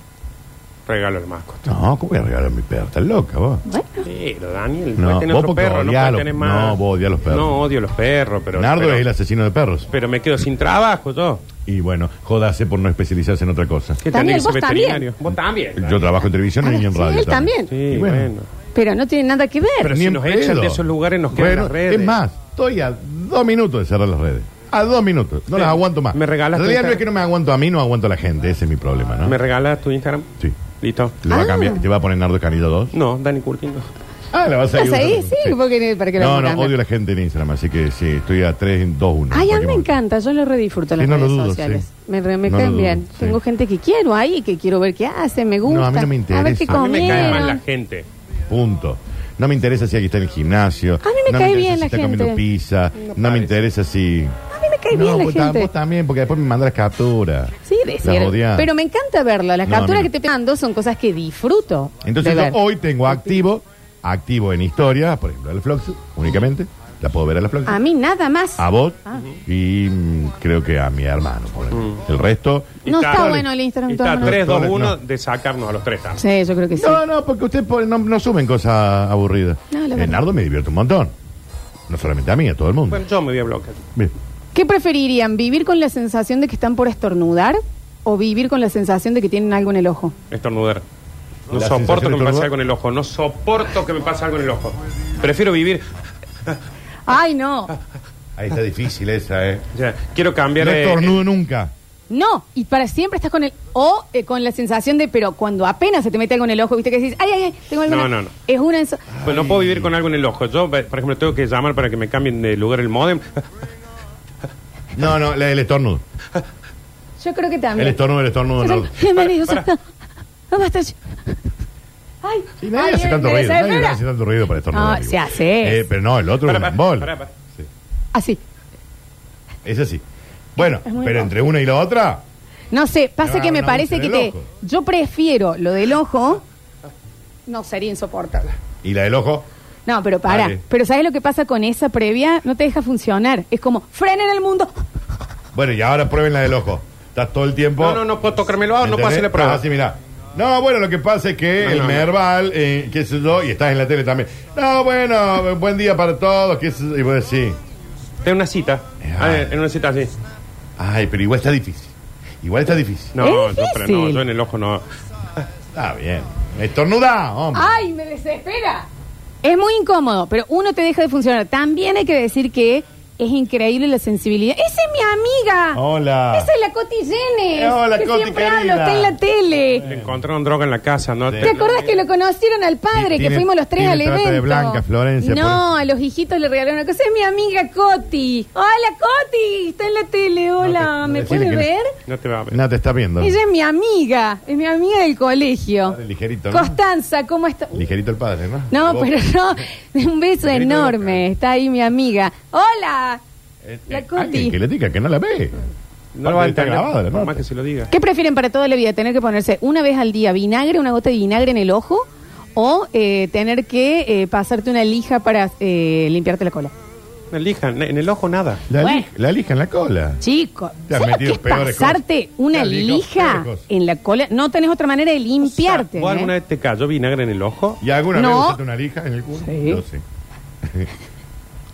[SPEAKER 5] Regalo el mascota.
[SPEAKER 3] No, ¿cómo voy a regalar a mi perro? Estás loca vos.
[SPEAKER 2] Bueno,
[SPEAKER 5] Pero Daniel,
[SPEAKER 3] No,
[SPEAKER 5] no, tenés
[SPEAKER 3] vos
[SPEAKER 5] otro
[SPEAKER 3] porque
[SPEAKER 5] perro, no
[SPEAKER 3] odiás
[SPEAKER 5] puedes
[SPEAKER 3] los-
[SPEAKER 5] tener más.
[SPEAKER 3] no, vos odias los perros.
[SPEAKER 5] No, odio los perros, pero.
[SPEAKER 3] Nardo
[SPEAKER 5] pero,
[SPEAKER 3] es el asesino de perros.
[SPEAKER 5] pero me quedo sin trabajo, yo.
[SPEAKER 3] Y bueno, jodase por no especializarse en otra cosa.
[SPEAKER 5] ¿Qué
[SPEAKER 2] Daniel,
[SPEAKER 5] tendría que ser
[SPEAKER 2] vos también.
[SPEAKER 5] veterinario? Vos también. Daniel.
[SPEAKER 3] Yo trabajo en televisión
[SPEAKER 2] Ahora,
[SPEAKER 3] y en
[SPEAKER 2] Ah, sí,
[SPEAKER 3] radio.
[SPEAKER 2] él también.
[SPEAKER 5] Sí,
[SPEAKER 3] Y
[SPEAKER 5] bueno.
[SPEAKER 2] pero no tiene nada que ver.
[SPEAKER 5] Pero
[SPEAKER 3] Ni
[SPEAKER 5] si
[SPEAKER 3] en
[SPEAKER 5] nos echan
[SPEAKER 3] pedo.
[SPEAKER 5] de esos lugares, nos quedan
[SPEAKER 3] Bueno,
[SPEAKER 5] las redes.
[SPEAKER 3] Es más, estoy a dos minutos de cerrar las redes. A dos minutos. No
[SPEAKER 5] Sí.
[SPEAKER 3] las aguanto más.
[SPEAKER 5] Me regalaste
[SPEAKER 3] En realidad
[SPEAKER 5] esta-
[SPEAKER 3] no es que no me aguanto a mí, no aguanto a la gente. Ese es mi problema, ¿no?
[SPEAKER 5] ¿Me Ah. regalas tu Instagram?
[SPEAKER 3] Sí.
[SPEAKER 5] Listo.
[SPEAKER 3] Lo va a cambiar. ¿Te va a poner Nardo Canillo 2?
[SPEAKER 5] No, Dani Curtin. no.
[SPEAKER 3] Ah, la vas a
[SPEAKER 2] ¿Estás ahí?
[SPEAKER 3] seguir.
[SPEAKER 2] Sí, porque- para que lo
[SPEAKER 3] No,
[SPEAKER 2] hagan
[SPEAKER 3] no,
[SPEAKER 2] cambiar.
[SPEAKER 3] odio a la gente en Instagram, así que sí, estoy a 3, 2, 1.
[SPEAKER 2] Ay, a mí me encanta, yo lo redisfruto en
[SPEAKER 3] Sí,
[SPEAKER 2] las
[SPEAKER 3] no lo
[SPEAKER 2] redes
[SPEAKER 3] dudo,
[SPEAKER 2] sociales.
[SPEAKER 3] sí.
[SPEAKER 2] Me, re- me
[SPEAKER 3] No lo
[SPEAKER 2] caen
[SPEAKER 3] dudo,
[SPEAKER 2] bien.
[SPEAKER 3] sí.
[SPEAKER 2] Tengo gente que quiero ahí, que quiero ver qué hace, me gusta.
[SPEAKER 3] No, a mí no me
[SPEAKER 2] A ver qué
[SPEAKER 3] interesa.
[SPEAKER 5] A mí me cae mal la
[SPEAKER 2] comieron.
[SPEAKER 5] gente.
[SPEAKER 3] Punto. No me interesa si alguien está en el gimnasio.
[SPEAKER 2] A mí me
[SPEAKER 3] no
[SPEAKER 2] cae
[SPEAKER 3] me interesa
[SPEAKER 2] bien
[SPEAKER 3] si
[SPEAKER 2] la
[SPEAKER 3] está
[SPEAKER 2] gente.
[SPEAKER 3] comiendo pizza. No, me
[SPEAKER 5] parece.
[SPEAKER 3] interesa si.
[SPEAKER 2] A mí me cae cae
[SPEAKER 3] No,
[SPEAKER 2] bien la
[SPEAKER 3] vos, tam-
[SPEAKER 2] gente.
[SPEAKER 3] vos también, porque después me mandas las capturas.
[SPEAKER 2] Sí, decir.
[SPEAKER 3] Las odias.
[SPEAKER 2] Pero me encanta verlo. Las
[SPEAKER 3] No, a
[SPEAKER 2] capturas
[SPEAKER 3] mí
[SPEAKER 2] que
[SPEAKER 3] no.
[SPEAKER 2] te mando son cosas que disfruto.
[SPEAKER 3] Entonces
[SPEAKER 2] de
[SPEAKER 3] yo
[SPEAKER 2] ver.
[SPEAKER 3] hoy tengo activo, activo en historia, por ejemplo, el Flox, únicamente. La puedo ver a la Flox.
[SPEAKER 2] A mí nada más.
[SPEAKER 3] A vos
[SPEAKER 2] Ah.
[SPEAKER 3] y mm, creo que a mi hermano. por ejemplo. El resto.
[SPEAKER 5] Y
[SPEAKER 2] No está bueno el Instagram,
[SPEAKER 5] y Está
[SPEAKER 2] todo, ¿no?
[SPEAKER 5] 3, 2, 1
[SPEAKER 3] No.
[SPEAKER 5] de sacarnos a los tres. ¿tá?
[SPEAKER 2] Sí, yo creo que sí.
[SPEAKER 3] No, no, porque ustedes ponen- no, no suben cosas aburridas.
[SPEAKER 2] No, la verdad.
[SPEAKER 3] En Nardo me divierte un montón. No solamente a mí, a todo el mundo.
[SPEAKER 5] Bueno, yo me voy a bloquear.
[SPEAKER 3] Bien.
[SPEAKER 2] ¿Qué preferirían? ¿Vivir con la sensación de que están por estornudar o vivir con la sensación de que tienen algo en el ojo?
[SPEAKER 5] Estornudar. No
[SPEAKER 3] La
[SPEAKER 5] soporto
[SPEAKER 3] sensación
[SPEAKER 5] que
[SPEAKER 3] de
[SPEAKER 5] me pase
[SPEAKER 3] estornudar.
[SPEAKER 5] algo en el ojo. No soporto que me pase algo en el ojo. Prefiero vivir.
[SPEAKER 2] ¡Ay, no!
[SPEAKER 3] Ahí está difícil esa, ¿eh?
[SPEAKER 5] o sea, quiero cambiar.
[SPEAKER 3] No
[SPEAKER 5] eh,
[SPEAKER 3] estornudo nunca.
[SPEAKER 2] No, y para siempre estás con el. O eh, con la sensación de, pero cuando apenas se te mete algo en el ojo, viste que decís, ¡ay, ay, ay! Tengo algo en
[SPEAKER 5] No,
[SPEAKER 2] el-".
[SPEAKER 5] no, no.
[SPEAKER 2] Es una. ens-
[SPEAKER 5] Pues no puedo vivir con algo en el ojo. Yo, por ejemplo, tengo que llamar para que me cambien de lugar el modem.
[SPEAKER 3] No, no, la- el estornudo.
[SPEAKER 2] Yo creo que
[SPEAKER 3] El
[SPEAKER 2] también.
[SPEAKER 3] estornudo, el estornudo, Nardo.
[SPEAKER 2] Bienvenidos
[SPEAKER 5] Para, para.
[SPEAKER 2] a a Basta Chi- Ay,
[SPEAKER 3] Sí, nadie
[SPEAKER 2] ay,
[SPEAKER 3] hace
[SPEAKER 2] eh,
[SPEAKER 3] tanto
[SPEAKER 2] me
[SPEAKER 3] ruido. Nadie
[SPEAKER 2] desespera.
[SPEAKER 3] hace tanto ruido para estornudar.
[SPEAKER 2] No,
[SPEAKER 3] digo.
[SPEAKER 2] se hace.
[SPEAKER 3] Eh, pero no, el otro es
[SPEAKER 5] Pará,
[SPEAKER 3] un
[SPEAKER 5] pará,
[SPEAKER 3] embol.
[SPEAKER 5] pará, pará.
[SPEAKER 3] Sí,
[SPEAKER 2] Así.
[SPEAKER 3] es así. Bueno,
[SPEAKER 2] Es muy
[SPEAKER 3] pero
[SPEAKER 2] loco.
[SPEAKER 3] entre una y la otra,
[SPEAKER 2] No sé, pasa
[SPEAKER 3] Me va a
[SPEAKER 2] que
[SPEAKER 3] dar
[SPEAKER 2] me
[SPEAKER 3] una
[SPEAKER 2] parece
[SPEAKER 3] úlcera
[SPEAKER 2] que
[SPEAKER 3] en
[SPEAKER 2] te.
[SPEAKER 3] el ojo.
[SPEAKER 2] Yo prefiero lo del ojo. No sería insoportable.
[SPEAKER 3] y la del ojo,
[SPEAKER 2] No, pero para.
[SPEAKER 3] Dale.
[SPEAKER 2] Pero ¿sabes lo que pasa con esa previa? No te deja funcionar. Es como, frenen el mundo.
[SPEAKER 3] bueno, y ahora prueben la del ojo. Estás todo el tiempo.
[SPEAKER 5] No, no, no puedo tocármelo, no puedo hacer la prueba.
[SPEAKER 3] Así, mirá. No, bueno, lo que pasa es que
[SPEAKER 5] No,
[SPEAKER 3] el
[SPEAKER 5] no, no.
[SPEAKER 3] Merval, eh, qué sé yo, y estás en la tele también. No, bueno, buen día para todos, qué sé yo. Y vos decís,
[SPEAKER 5] Tengo una cita.
[SPEAKER 3] Ah.
[SPEAKER 5] Ah, en una cita así.
[SPEAKER 3] ay, pero igual está difícil. Igual está difícil.
[SPEAKER 5] No,
[SPEAKER 2] Es
[SPEAKER 5] yo, pero no,
[SPEAKER 2] difícil.
[SPEAKER 5] yo en el ojo no.
[SPEAKER 3] Está bien. Estornudá, hombre.
[SPEAKER 2] ¡Ay, me desespera! Es muy incómodo, pero uno te deja de funcionar. También hay que decir que es increíble la sensibilidad. ¡Esa es mi amiga!
[SPEAKER 3] Hola.
[SPEAKER 2] esa Ah, es la Coti Yenes,
[SPEAKER 3] Ah. Eh, hola,
[SPEAKER 2] que
[SPEAKER 3] Coti,
[SPEAKER 2] siempre
[SPEAKER 3] querida. Eh,
[SPEAKER 2] hablo, está en la
[SPEAKER 5] Le
[SPEAKER 2] tele.
[SPEAKER 5] encontraron droga en la casa, ¿no?
[SPEAKER 3] Sí.
[SPEAKER 2] ¿Te acordás que lo conocieron al padre,
[SPEAKER 3] Eh, Tiene-
[SPEAKER 2] que fuimos los tres
[SPEAKER 3] tiene
[SPEAKER 2] al
[SPEAKER 3] trata de
[SPEAKER 2] evento?
[SPEAKER 3] blanca, Florencia,
[SPEAKER 2] No, a los hijitos le regalaron una cosa. Es mi amiga Coti. ¡Hola, Coti! Está en la tele, hola.
[SPEAKER 3] no
[SPEAKER 2] ¿Me
[SPEAKER 3] decile
[SPEAKER 2] puede
[SPEAKER 3] que no.
[SPEAKER 2] ver?
[SPEAKER 5] No te va a ver.
[SPEAKER 3] No, te está viendo.
[SPEAKER 2] Ella es mi amiga, es mi amiga del colegio.
[SPEAKER 3] Dale, ligerito, ¿no?
[SPEAKER 2] Costanza, ¿cómo está?
[SPEAKER 3] Ligerito el padre, ¿no?
[SPEAKER 2] No,
[SPEAKER 3] Vos-
[SPEAKER 2] pero no. Un beso
[SPEAKER 3] Grito de
[SPEAKER 2] enorme.
[SPEAKER 3] boca.
[SPEAKER 2] Está ahí mi amiga. ¡Hola!
[SPEAKER 3] Eh, eh,
[SPEAKER 2] La
[SPEAKER 3] alguien
[SPEAKER 2] Coti.
[SPEAKER 3] que le diga que no la ve.
[SPEAKER 5] No lo va a
[SPEAKER 3] Está
[SPEAKER 5] entender.
[SPEAKER 3] grabado, la
[SPEAKER 5] por más
[SPEAKER 3] nota.
[SPEAKER 5] que se lo diga.
[SPEAKER 2] ¿Qué prefieren para toda la vida? ¿Tener que ponerse una vez al día vinagre, una gota de vinagre en el ojo? ¿O eh, tener que eh, pasarte una lija para eh, limpiarte la cola?
[SPEAKER 5] Me elijan. En el ojo nada.
[SPEAKER 3] La,
[SPEAKER 2] Bueno.
[SPEAKER 3] li- la lija en la cola.
[SPEAKER 2] Chico,
[SPEAKER 3] Te
[SPEAKER 2] ¿sabes
[SPEAKER 3] has
[SPEAKER 2] lo que
[SPEAKER 3] metido
[SPEAKER 2] es
[SPEAKER 3] peores
[SPEAKER 2] pasarte
[SPEAKER 3] cosas. Te
[SPEAKER 2] una
[SPEAKER 3] has ligado
[SPEAKER 2] lija
[SPEAKER 3] peores cosas.
[SPEAKER 2] en la cola? No tenés otra manera de limpiarte.
[SPEAKER 5] ¿Vos alguna
[SPEAKER 2] ¿eh?
[SPEAKER 5] vez te cayó vinagre en el ojo?
[SPEAKER 3] ¿Y alguna
[SPEAKER 2] No.
[SPEAKER 3] vez usaste una lija en el culo?
[SPEAKER 2] Sí.
[SPEAKER 3] Yo sí.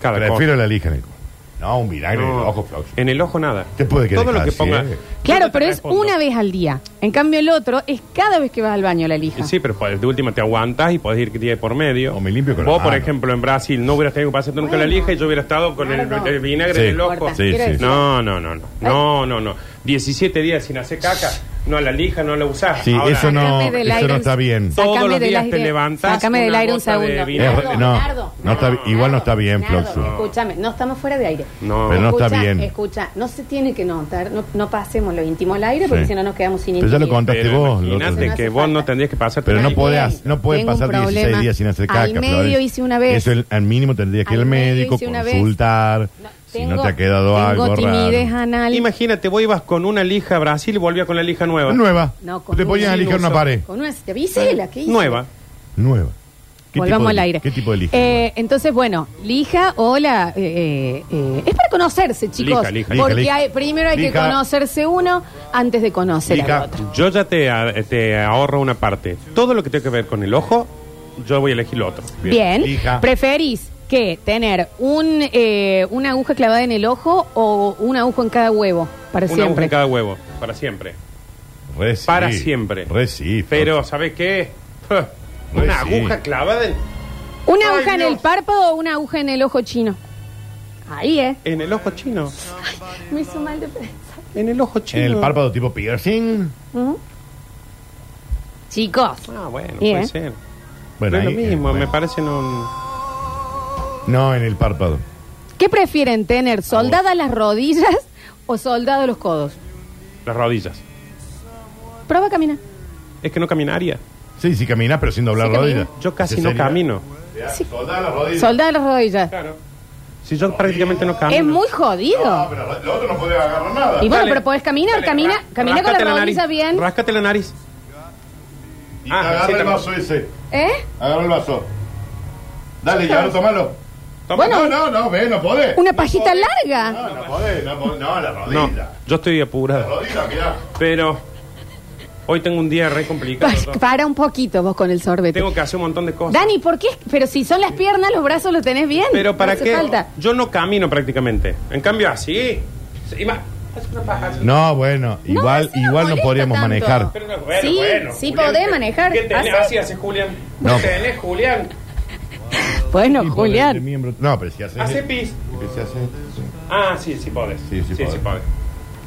[SPEAKER 5] Cada
[SPEAKER 3] Prefiero la lija en el culo. No, un vinagre en el ojo, Flox.
[SPEAKER 5] En el ojo nada.
[SPEAKER 3] Te puede quedar
[SPEAKER 5] Todo lo que
[SPEAKER 3] así,
[SPEAKER 5] ponga.
[SPEAKER 3] ¿eh?
[SPEAKER 2] Claro,
[SPEAKER 5] Yo te
[SPEAKER 2] pero es
[SPEAKER 5] respondo.
[SPEAKER 2] una vez al día. En cambio, el otro es cada vez que vas al baño la
[SPEAKER 5] Y
[SPEAKER 2] lija.
[SPEAKER 5] Sí, pero pues, de última te aguantas y podés ir que día de por medio.
[SPEAKER 3] O me limpio con la
[SPEAKER 5] Vos, por
[SPEAKER 3] mano.
[SPEAKER 5] ejemplo, en Brasil no hubieras tenido que pasarte nunca la
[SPEAKER 2] Bueno.
[SPEAKER 5] lija y yo hubiera estado con el,
[SPEAKER 2] Claro.
[SPEAKER 5] el vinagre
[SPEAKER 3] Sí.
[SPEAKER 5] en el ojo.
[SPEAKER 2] Corta.
[SPEAKER 3] Sí,
[SPEAKER 2] Quiero
[SPEAKER 3] sí.
[SPEAKER 2] decir-
[SPEAKER 5] No, no, no, no. No, no, no. 17 días sin hacer caca. No la lija, no la usás.
[SPEAKER 3] Sí,
[SPEAKER 5] Ahora,
[SPEAKER 3] eso no,
[SPEAKER 2] Sácame del
[SPEAKER 3] eso
[SPEAKER 2] aire
[SPEAKER 3] no
[SPEAKER 2] un-
[SPEAKER 3] está bien.
[SPEAKER 5] Todos
[SPEAKER 2] Sácame
[SPEAKER 5] los
[SPEAKER 2] del
[SPEAKER 5] días te
[SPEAKER 2] aire-
[SPEAKER 5] levantas
[SPEAKER 2] Sácame del
[SPEAKER 5] una
[SPEAKER 2] aire un
[SPEAKER 5] gota de
[SPEAKER 2] segundo.
[SPEAKER 5] vinagre.
[SPEAKER 2] Nardo,
[SPEAKER 3] Eh, no,
[SPEAKER 2] Nardo,
[SPEAKER 3] no está
[SPEAKER 2] Nardo,
[SPEAKER 3] bi- igual no está bien,
[SPEAKER 2] Nardo,
[SPEAKER 3] Floxu.
[SPEAKER 2] Escúchame, no estamos fuera de aire.
[SPEAKER 5] No.
[SPEAKER 3] Pero no está
[SPEAKER 2] Escucha,
[SPEAKER 3] bien.
[SPEAKER 2] Escucha, no se tiene que notar, no, no pasemos lo íntimo al aire porque
[SPEAKER 3] Sí.
[SPEAKER 2] si no nos quedamos sin
[SPEAKER 3] Pero ya lo
[SPEAKER 2] intimidad.
[SPEAKER 3] contaste
[SPEAKER 5] Pero
[SPEAKER 3] vos. el otro
[SPEAKER 5] Imagínate
[SPEAKER 3] día.
[SPEAKER 2] hace
[SPEAKER 5] que vos no
[SPEAKER 2] falta.
[SPEAKER 5] tendrías que pasarte
[SPEAKER 3] Pero
[SPEAKER 5] la
[SPEAKER 3] no
[SPEAKER 5] lija.
[SPEAKER 3] podés, no podés
[SPEAKER 2] Tengo un
[SPEAKER 3] pasar 16
[SPEAKER 2] problema.
[SPEAKER 3] días sin hacer caca.
[SPEAKER 2] Al medio
[SPEAKER 3] Florencia.
[SPEAKER 2] hice una vez.
[SPEAKER 3] Eso el- al mínimo tendrías que ir
[SPEAKER 2] Al
[SPEAKER 3] al
[SPEAKER 2] medio
[SPEAKER 3] médico,
[SPEAKER 2] hice una vez.
[SPEAKER 3] consultar, si no
[SPEAKER 2] tengo-
[SPEAKER 3] te ha quedado
[SPEAKER 2] tengo
[SPEAKER 3] algo
[SPEAKER 2] timidez
[SPEAKER 3] raro.
[SPEAKER 2] anal.
[SPEAKER 5] Imagínate, vos ibas con una lija a Brasil y volvías con la lija nueva.
[SPEAKER 3] Nueva.
[SPEAKER 2] No, con
[SPEAKER 3] te
[SPEAKER 2] un
[SPEAKER 3] ponían a lijar una
[SPEAKER 5] uso.
[SPEAKER 3] pared.
[SPEAKER 2] Con una te avisé la que hice.
[SPEAKER 5] Nueva.
[SPEAKER 3] Nueva. ¿Qué tipo
[SPEAKER 2] Volvamos
[SPEAKER 3] de
[SPEAKER 2] al
[SPEAKER 3] li-
[SPEAKER 2] aire.
[SPEAKER 3] ¿Qué tipo de lija?
[SPEAKER 2] Eh, entonces, bueno, lija o la. eh, eh, es para conocerse, chicos.
[SPEAKER 5] Lija, lija,
[SPEAKER 3] lija,
[SPEAKER 2] porque
[SPEAKER 3] lija.
[SPEAKER 2] hay- primero hay que
[SPEAKER 3] Lija.
[SPEAKER 2] conocerse uno antes de conocer
[SPEAKER 3] Lija.
[SPEAKER 2] al otro.
[SPEAKER 5] Yo ya te, a- te ahorro una parte. Todo lo que tenga que ver con el ojo, yo voy a elegir lo otro.
[SPEAKER 2] Bien.
[SPEAKER 3] Lija.
[SPEAKER 2] ¿Preferís que tener un, eh, una aguja clavada en el ojo o un agujo en cada huevo para
[SPEAKER 5] Una aguja
[SPEAKER 2] siempre?
[SPEAKER 5] en cada huevo, para siempre.
[SPEAKER 3] Re sí.
[SPEAKER 5] Para siempre.
[SPEAKER 3] Re sí,
[SPEAKER 5] Pero,
[SPEAKER 3] Flox.
[SPEAKER 5] ¿sabes qué? una
[SPEAKER 3] Pues sí.
[SPEAKER 5] aguja clavada en,
[SPEAKER 2] ¿Una
[SPEAKER 5] Ay,
[SPEAKER 2] aguja en
[SPEAKER 5] Dios.
[SPEAKER 2] el párpado o una aguja en el ojo chino? Ahí, ¿eh?
[SPEAKER 5] en el ojo chino.
[SPEAKER 2] Me hizo mal de pensar.
[SPEAKER 5] En el ojo chino.
[SPEAKER 3] En el párpado tipo piercing.
[SPEAKER 5] ¿Mm?
[SPEAKER 2] Ujú. Chicos,
[SPEAKER 5] Ah, bueno,
[SPEAKER 2] Bien.
[SPEAKER 5] puede ser.
[SPEAKER 3] Bueno,
[SPEAKER 5] no es
[SPEAKER 3] ahí,
[SPEAKER 5] lo
[SPEAKER 3] eh,
[SPEAKER 5] mismo,
[SPEAKER 3] bueno.
[SPEAKER 5] me parece en un...
[SPEAKER 3] No, en el párpado.
[SPEAKER 2] ¿qué prefieren tener? ¿Soldada las rodillas [LAUGHS] o soldado los codos?
[SPEAKER 5] las rodillas.
[SPEAKER 2] Prueba a caminar.
[SPEAKER 5] Es que no caminaría.
[SPEAKER 3] Sí, sí caminas, pero sin doblar
[SPEAKER 2] Sí,
[SPEAKER 3] rodillas.
[SPEAKER 5] Yo casi no camino.
[SPEAKER 2] Soldada las rodillas.
[SPEAKER 5] Claro. Si yo prácticamente Ah, no camino.
[SPEAKER 2] Es muy jodido.
[SPEAKER 3] No, pero lo otro no podía agarrar nada.
[SPEAKER 2] y bueno,
[SPEAKER 5] dale.
[SPEAKER 2] pero podés caminar,
[SPEAKER 5] Dale,
[SPEAKER 2] camina,
[SPEAKER 5] ra-
[SPEAKER 2] camina con
[SPEAKER 5] ráscate
[SPEAKER 2] la rodilla
[SPEAKER 5] nariz,
[SPEAKER 2] bien.
[SPEAKER 5] Ráscate la nariz.
[SPEAKER 3] Y
[SPEAKER 5] Ah,
[SPEAKER 3] agarra
[SPEAKER 5] sí,
[SPEAKER 3] el
[SPEAKER 5] también.
[SPEAKER 3] vaso ese.
[SPEAKER 2] ¿Eh?
[SPEAKER 3] Agarra el vaso. Dale, y ahora tomalo.
[SPEAKER 5] Toma.
[SPEAKER 2] Bueno.
[SPEAKER 3] No, no, no, ve, no podés.
[SPEAKER 2] Una
[SPEAKER 3] No
[SPEAKER 2] pajita
[SPEAKER 3] podés.
[SPEAKER 2] larga.
[SPEAKER 3] No, no podés, no, podés, no la
[SPEAKER 5] No,
[SPEAKER 3] rodilla.
[SPEAKER 5] yo estoy
[SPEAKER 3] La
[SPEAKER 5] apurado.
[SPEAKER 3] rodilla, mirá.
[SPEAKER 5] Pero hoy tengo un día re complicado.
[SPEAKER 2] Pa-
[SPEAKER 5] todo.
[SPEAKER 2] Para un poquito vos con el sorbete.
[SPEAKER 5] Tengo que hacer un montón de cosas.
[SPEAKER 2] Dani, ¿por qué? Pero si son las piernas, los brazos los tenés bien.
[SPEAKER 5] Pero para
[SPEAKER 2] No hace
[SPEAKER 5] qué?
[SPEAKER 2] falta.
[SPEAKER 5] Yo no camino prácticamente. En cambio así. Sí, ima- haz una paja así.
[SPEAKER 3] No, bueno,
[SPEAKER 2] No,
[SPEAKER 3] igual,
[SPEAKER 2] no se
[SPEAKER 3] igual no
[SPEAKER 2] molesta
[SPEAKER 3] podríamos
[SPEAKER 2] tanto.
[SPEAKER 3] manejar.
[SPEAKER 5] Pero no, bueno,
[SPEAKER 2] Sí,
[SPEAKER 5] bueno,
[SPEAKER 2] sí
[SPEAKER 5] Julián,
[SPEAKER 2] podés
[SPEAKER 5] ¿qué-
[SPEAKER 2] manejar.
[SPEAKER 5] ¿Qué tenés?
[SPEAKER 2] Hace-
[SPEAKER 5] Así hace Julián.
[SPEAKER 3] No.
[SPEAKER 5] ¿Qué tenés, Julián?
[SPEAKER 2] Bueno,
[SPEAKER 3] Sí, podés,
[SPEAKER 2] Julián.
[SPEAKER 3] este miembro- No, pero si haces.
[SPEAKER 5] Hace pis.
[SPEAKER 3] que se hace-
[SPEAKER 5] Ah, sí, sí podés.
[SPEAKER 3] Sí, sí podés.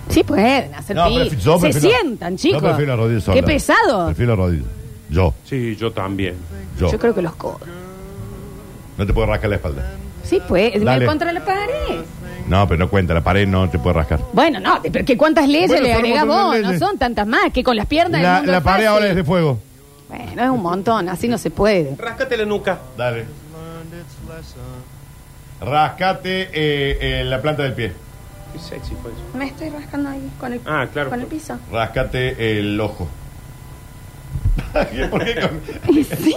[SPEAKER 2] Sí pueden hacer
[SPEAKER 3] No,
[SPEAKER 2] pis.
[SPEAKER 3] prefi- yo
[SPEAKER 2] Se
[SPEAKER 3] prefiero-
[SPEAKER 2] sientan, chicos.
[SPEAKER 3] Yo prefiero la rodilla sola.
[SPEAKER 2] Qué pesado.
[SPEAKER 3] Prefiero la rodilla. Yo,
[SPEAKER 5] Sí, yo también.
[SPEAKER 3] yo.
[SPEAKER 2] Yo creo que los codos.
[SPEAKER 3] No te puedo rascar la espalda.
[SPEAKER 2] Sí, pues,
[SPEAKER 3] Dale.
[SPEAKER 2] contra la pared.
[SPEAKER 3] No, pero no cuenta, la pared no te puede rascar.
[SPEAKER 2] Bueno, no, pero que cuántas leyes
[SPEAKER 3] Bueno,
[SPEAKER 2] le
[SPEAKER 3] son un
[SPEAKER 2] agregás
[SPEAKER 3] montón
[SPEAKER 2] vos,
[SPEAKER 3] de
[SPEAKER 2] no
[SPEAKER 3] leyes.
[SPEAKER 2] son tantas más que con las piernas. el
[SPEAKER 3] La,
[SPEAKER 2] mundo
[SPEAKER 3] la
[SPEAKER 2] es
[SPEAKER 3] pared
[SPEAKER 2] fácil.
[SPEAKER 3] ahora es de fuego.
[SPEAKER 2] Bueno, es un montón, así no se
[SPEAKER 5] [LAUGHS]
[SPEAKER 2] puede.
[SPEAKER 5] Ráscate la nuca.
[SPEAKER 3] Dale. Rascate eh, eh, la planta del pie.
[SPEAKER 5] Qué sexy fue eso.
[SPEAKER 2] Me estoy rascando ahí con el,
[SPEAKER 5] Ah, claro.
[SPEAKER 2] con el piso.
[SPEAKER 3] Rascate el ojo. [LAUGHS] ¿Por qué con-
[SPEAKER 2] Sí,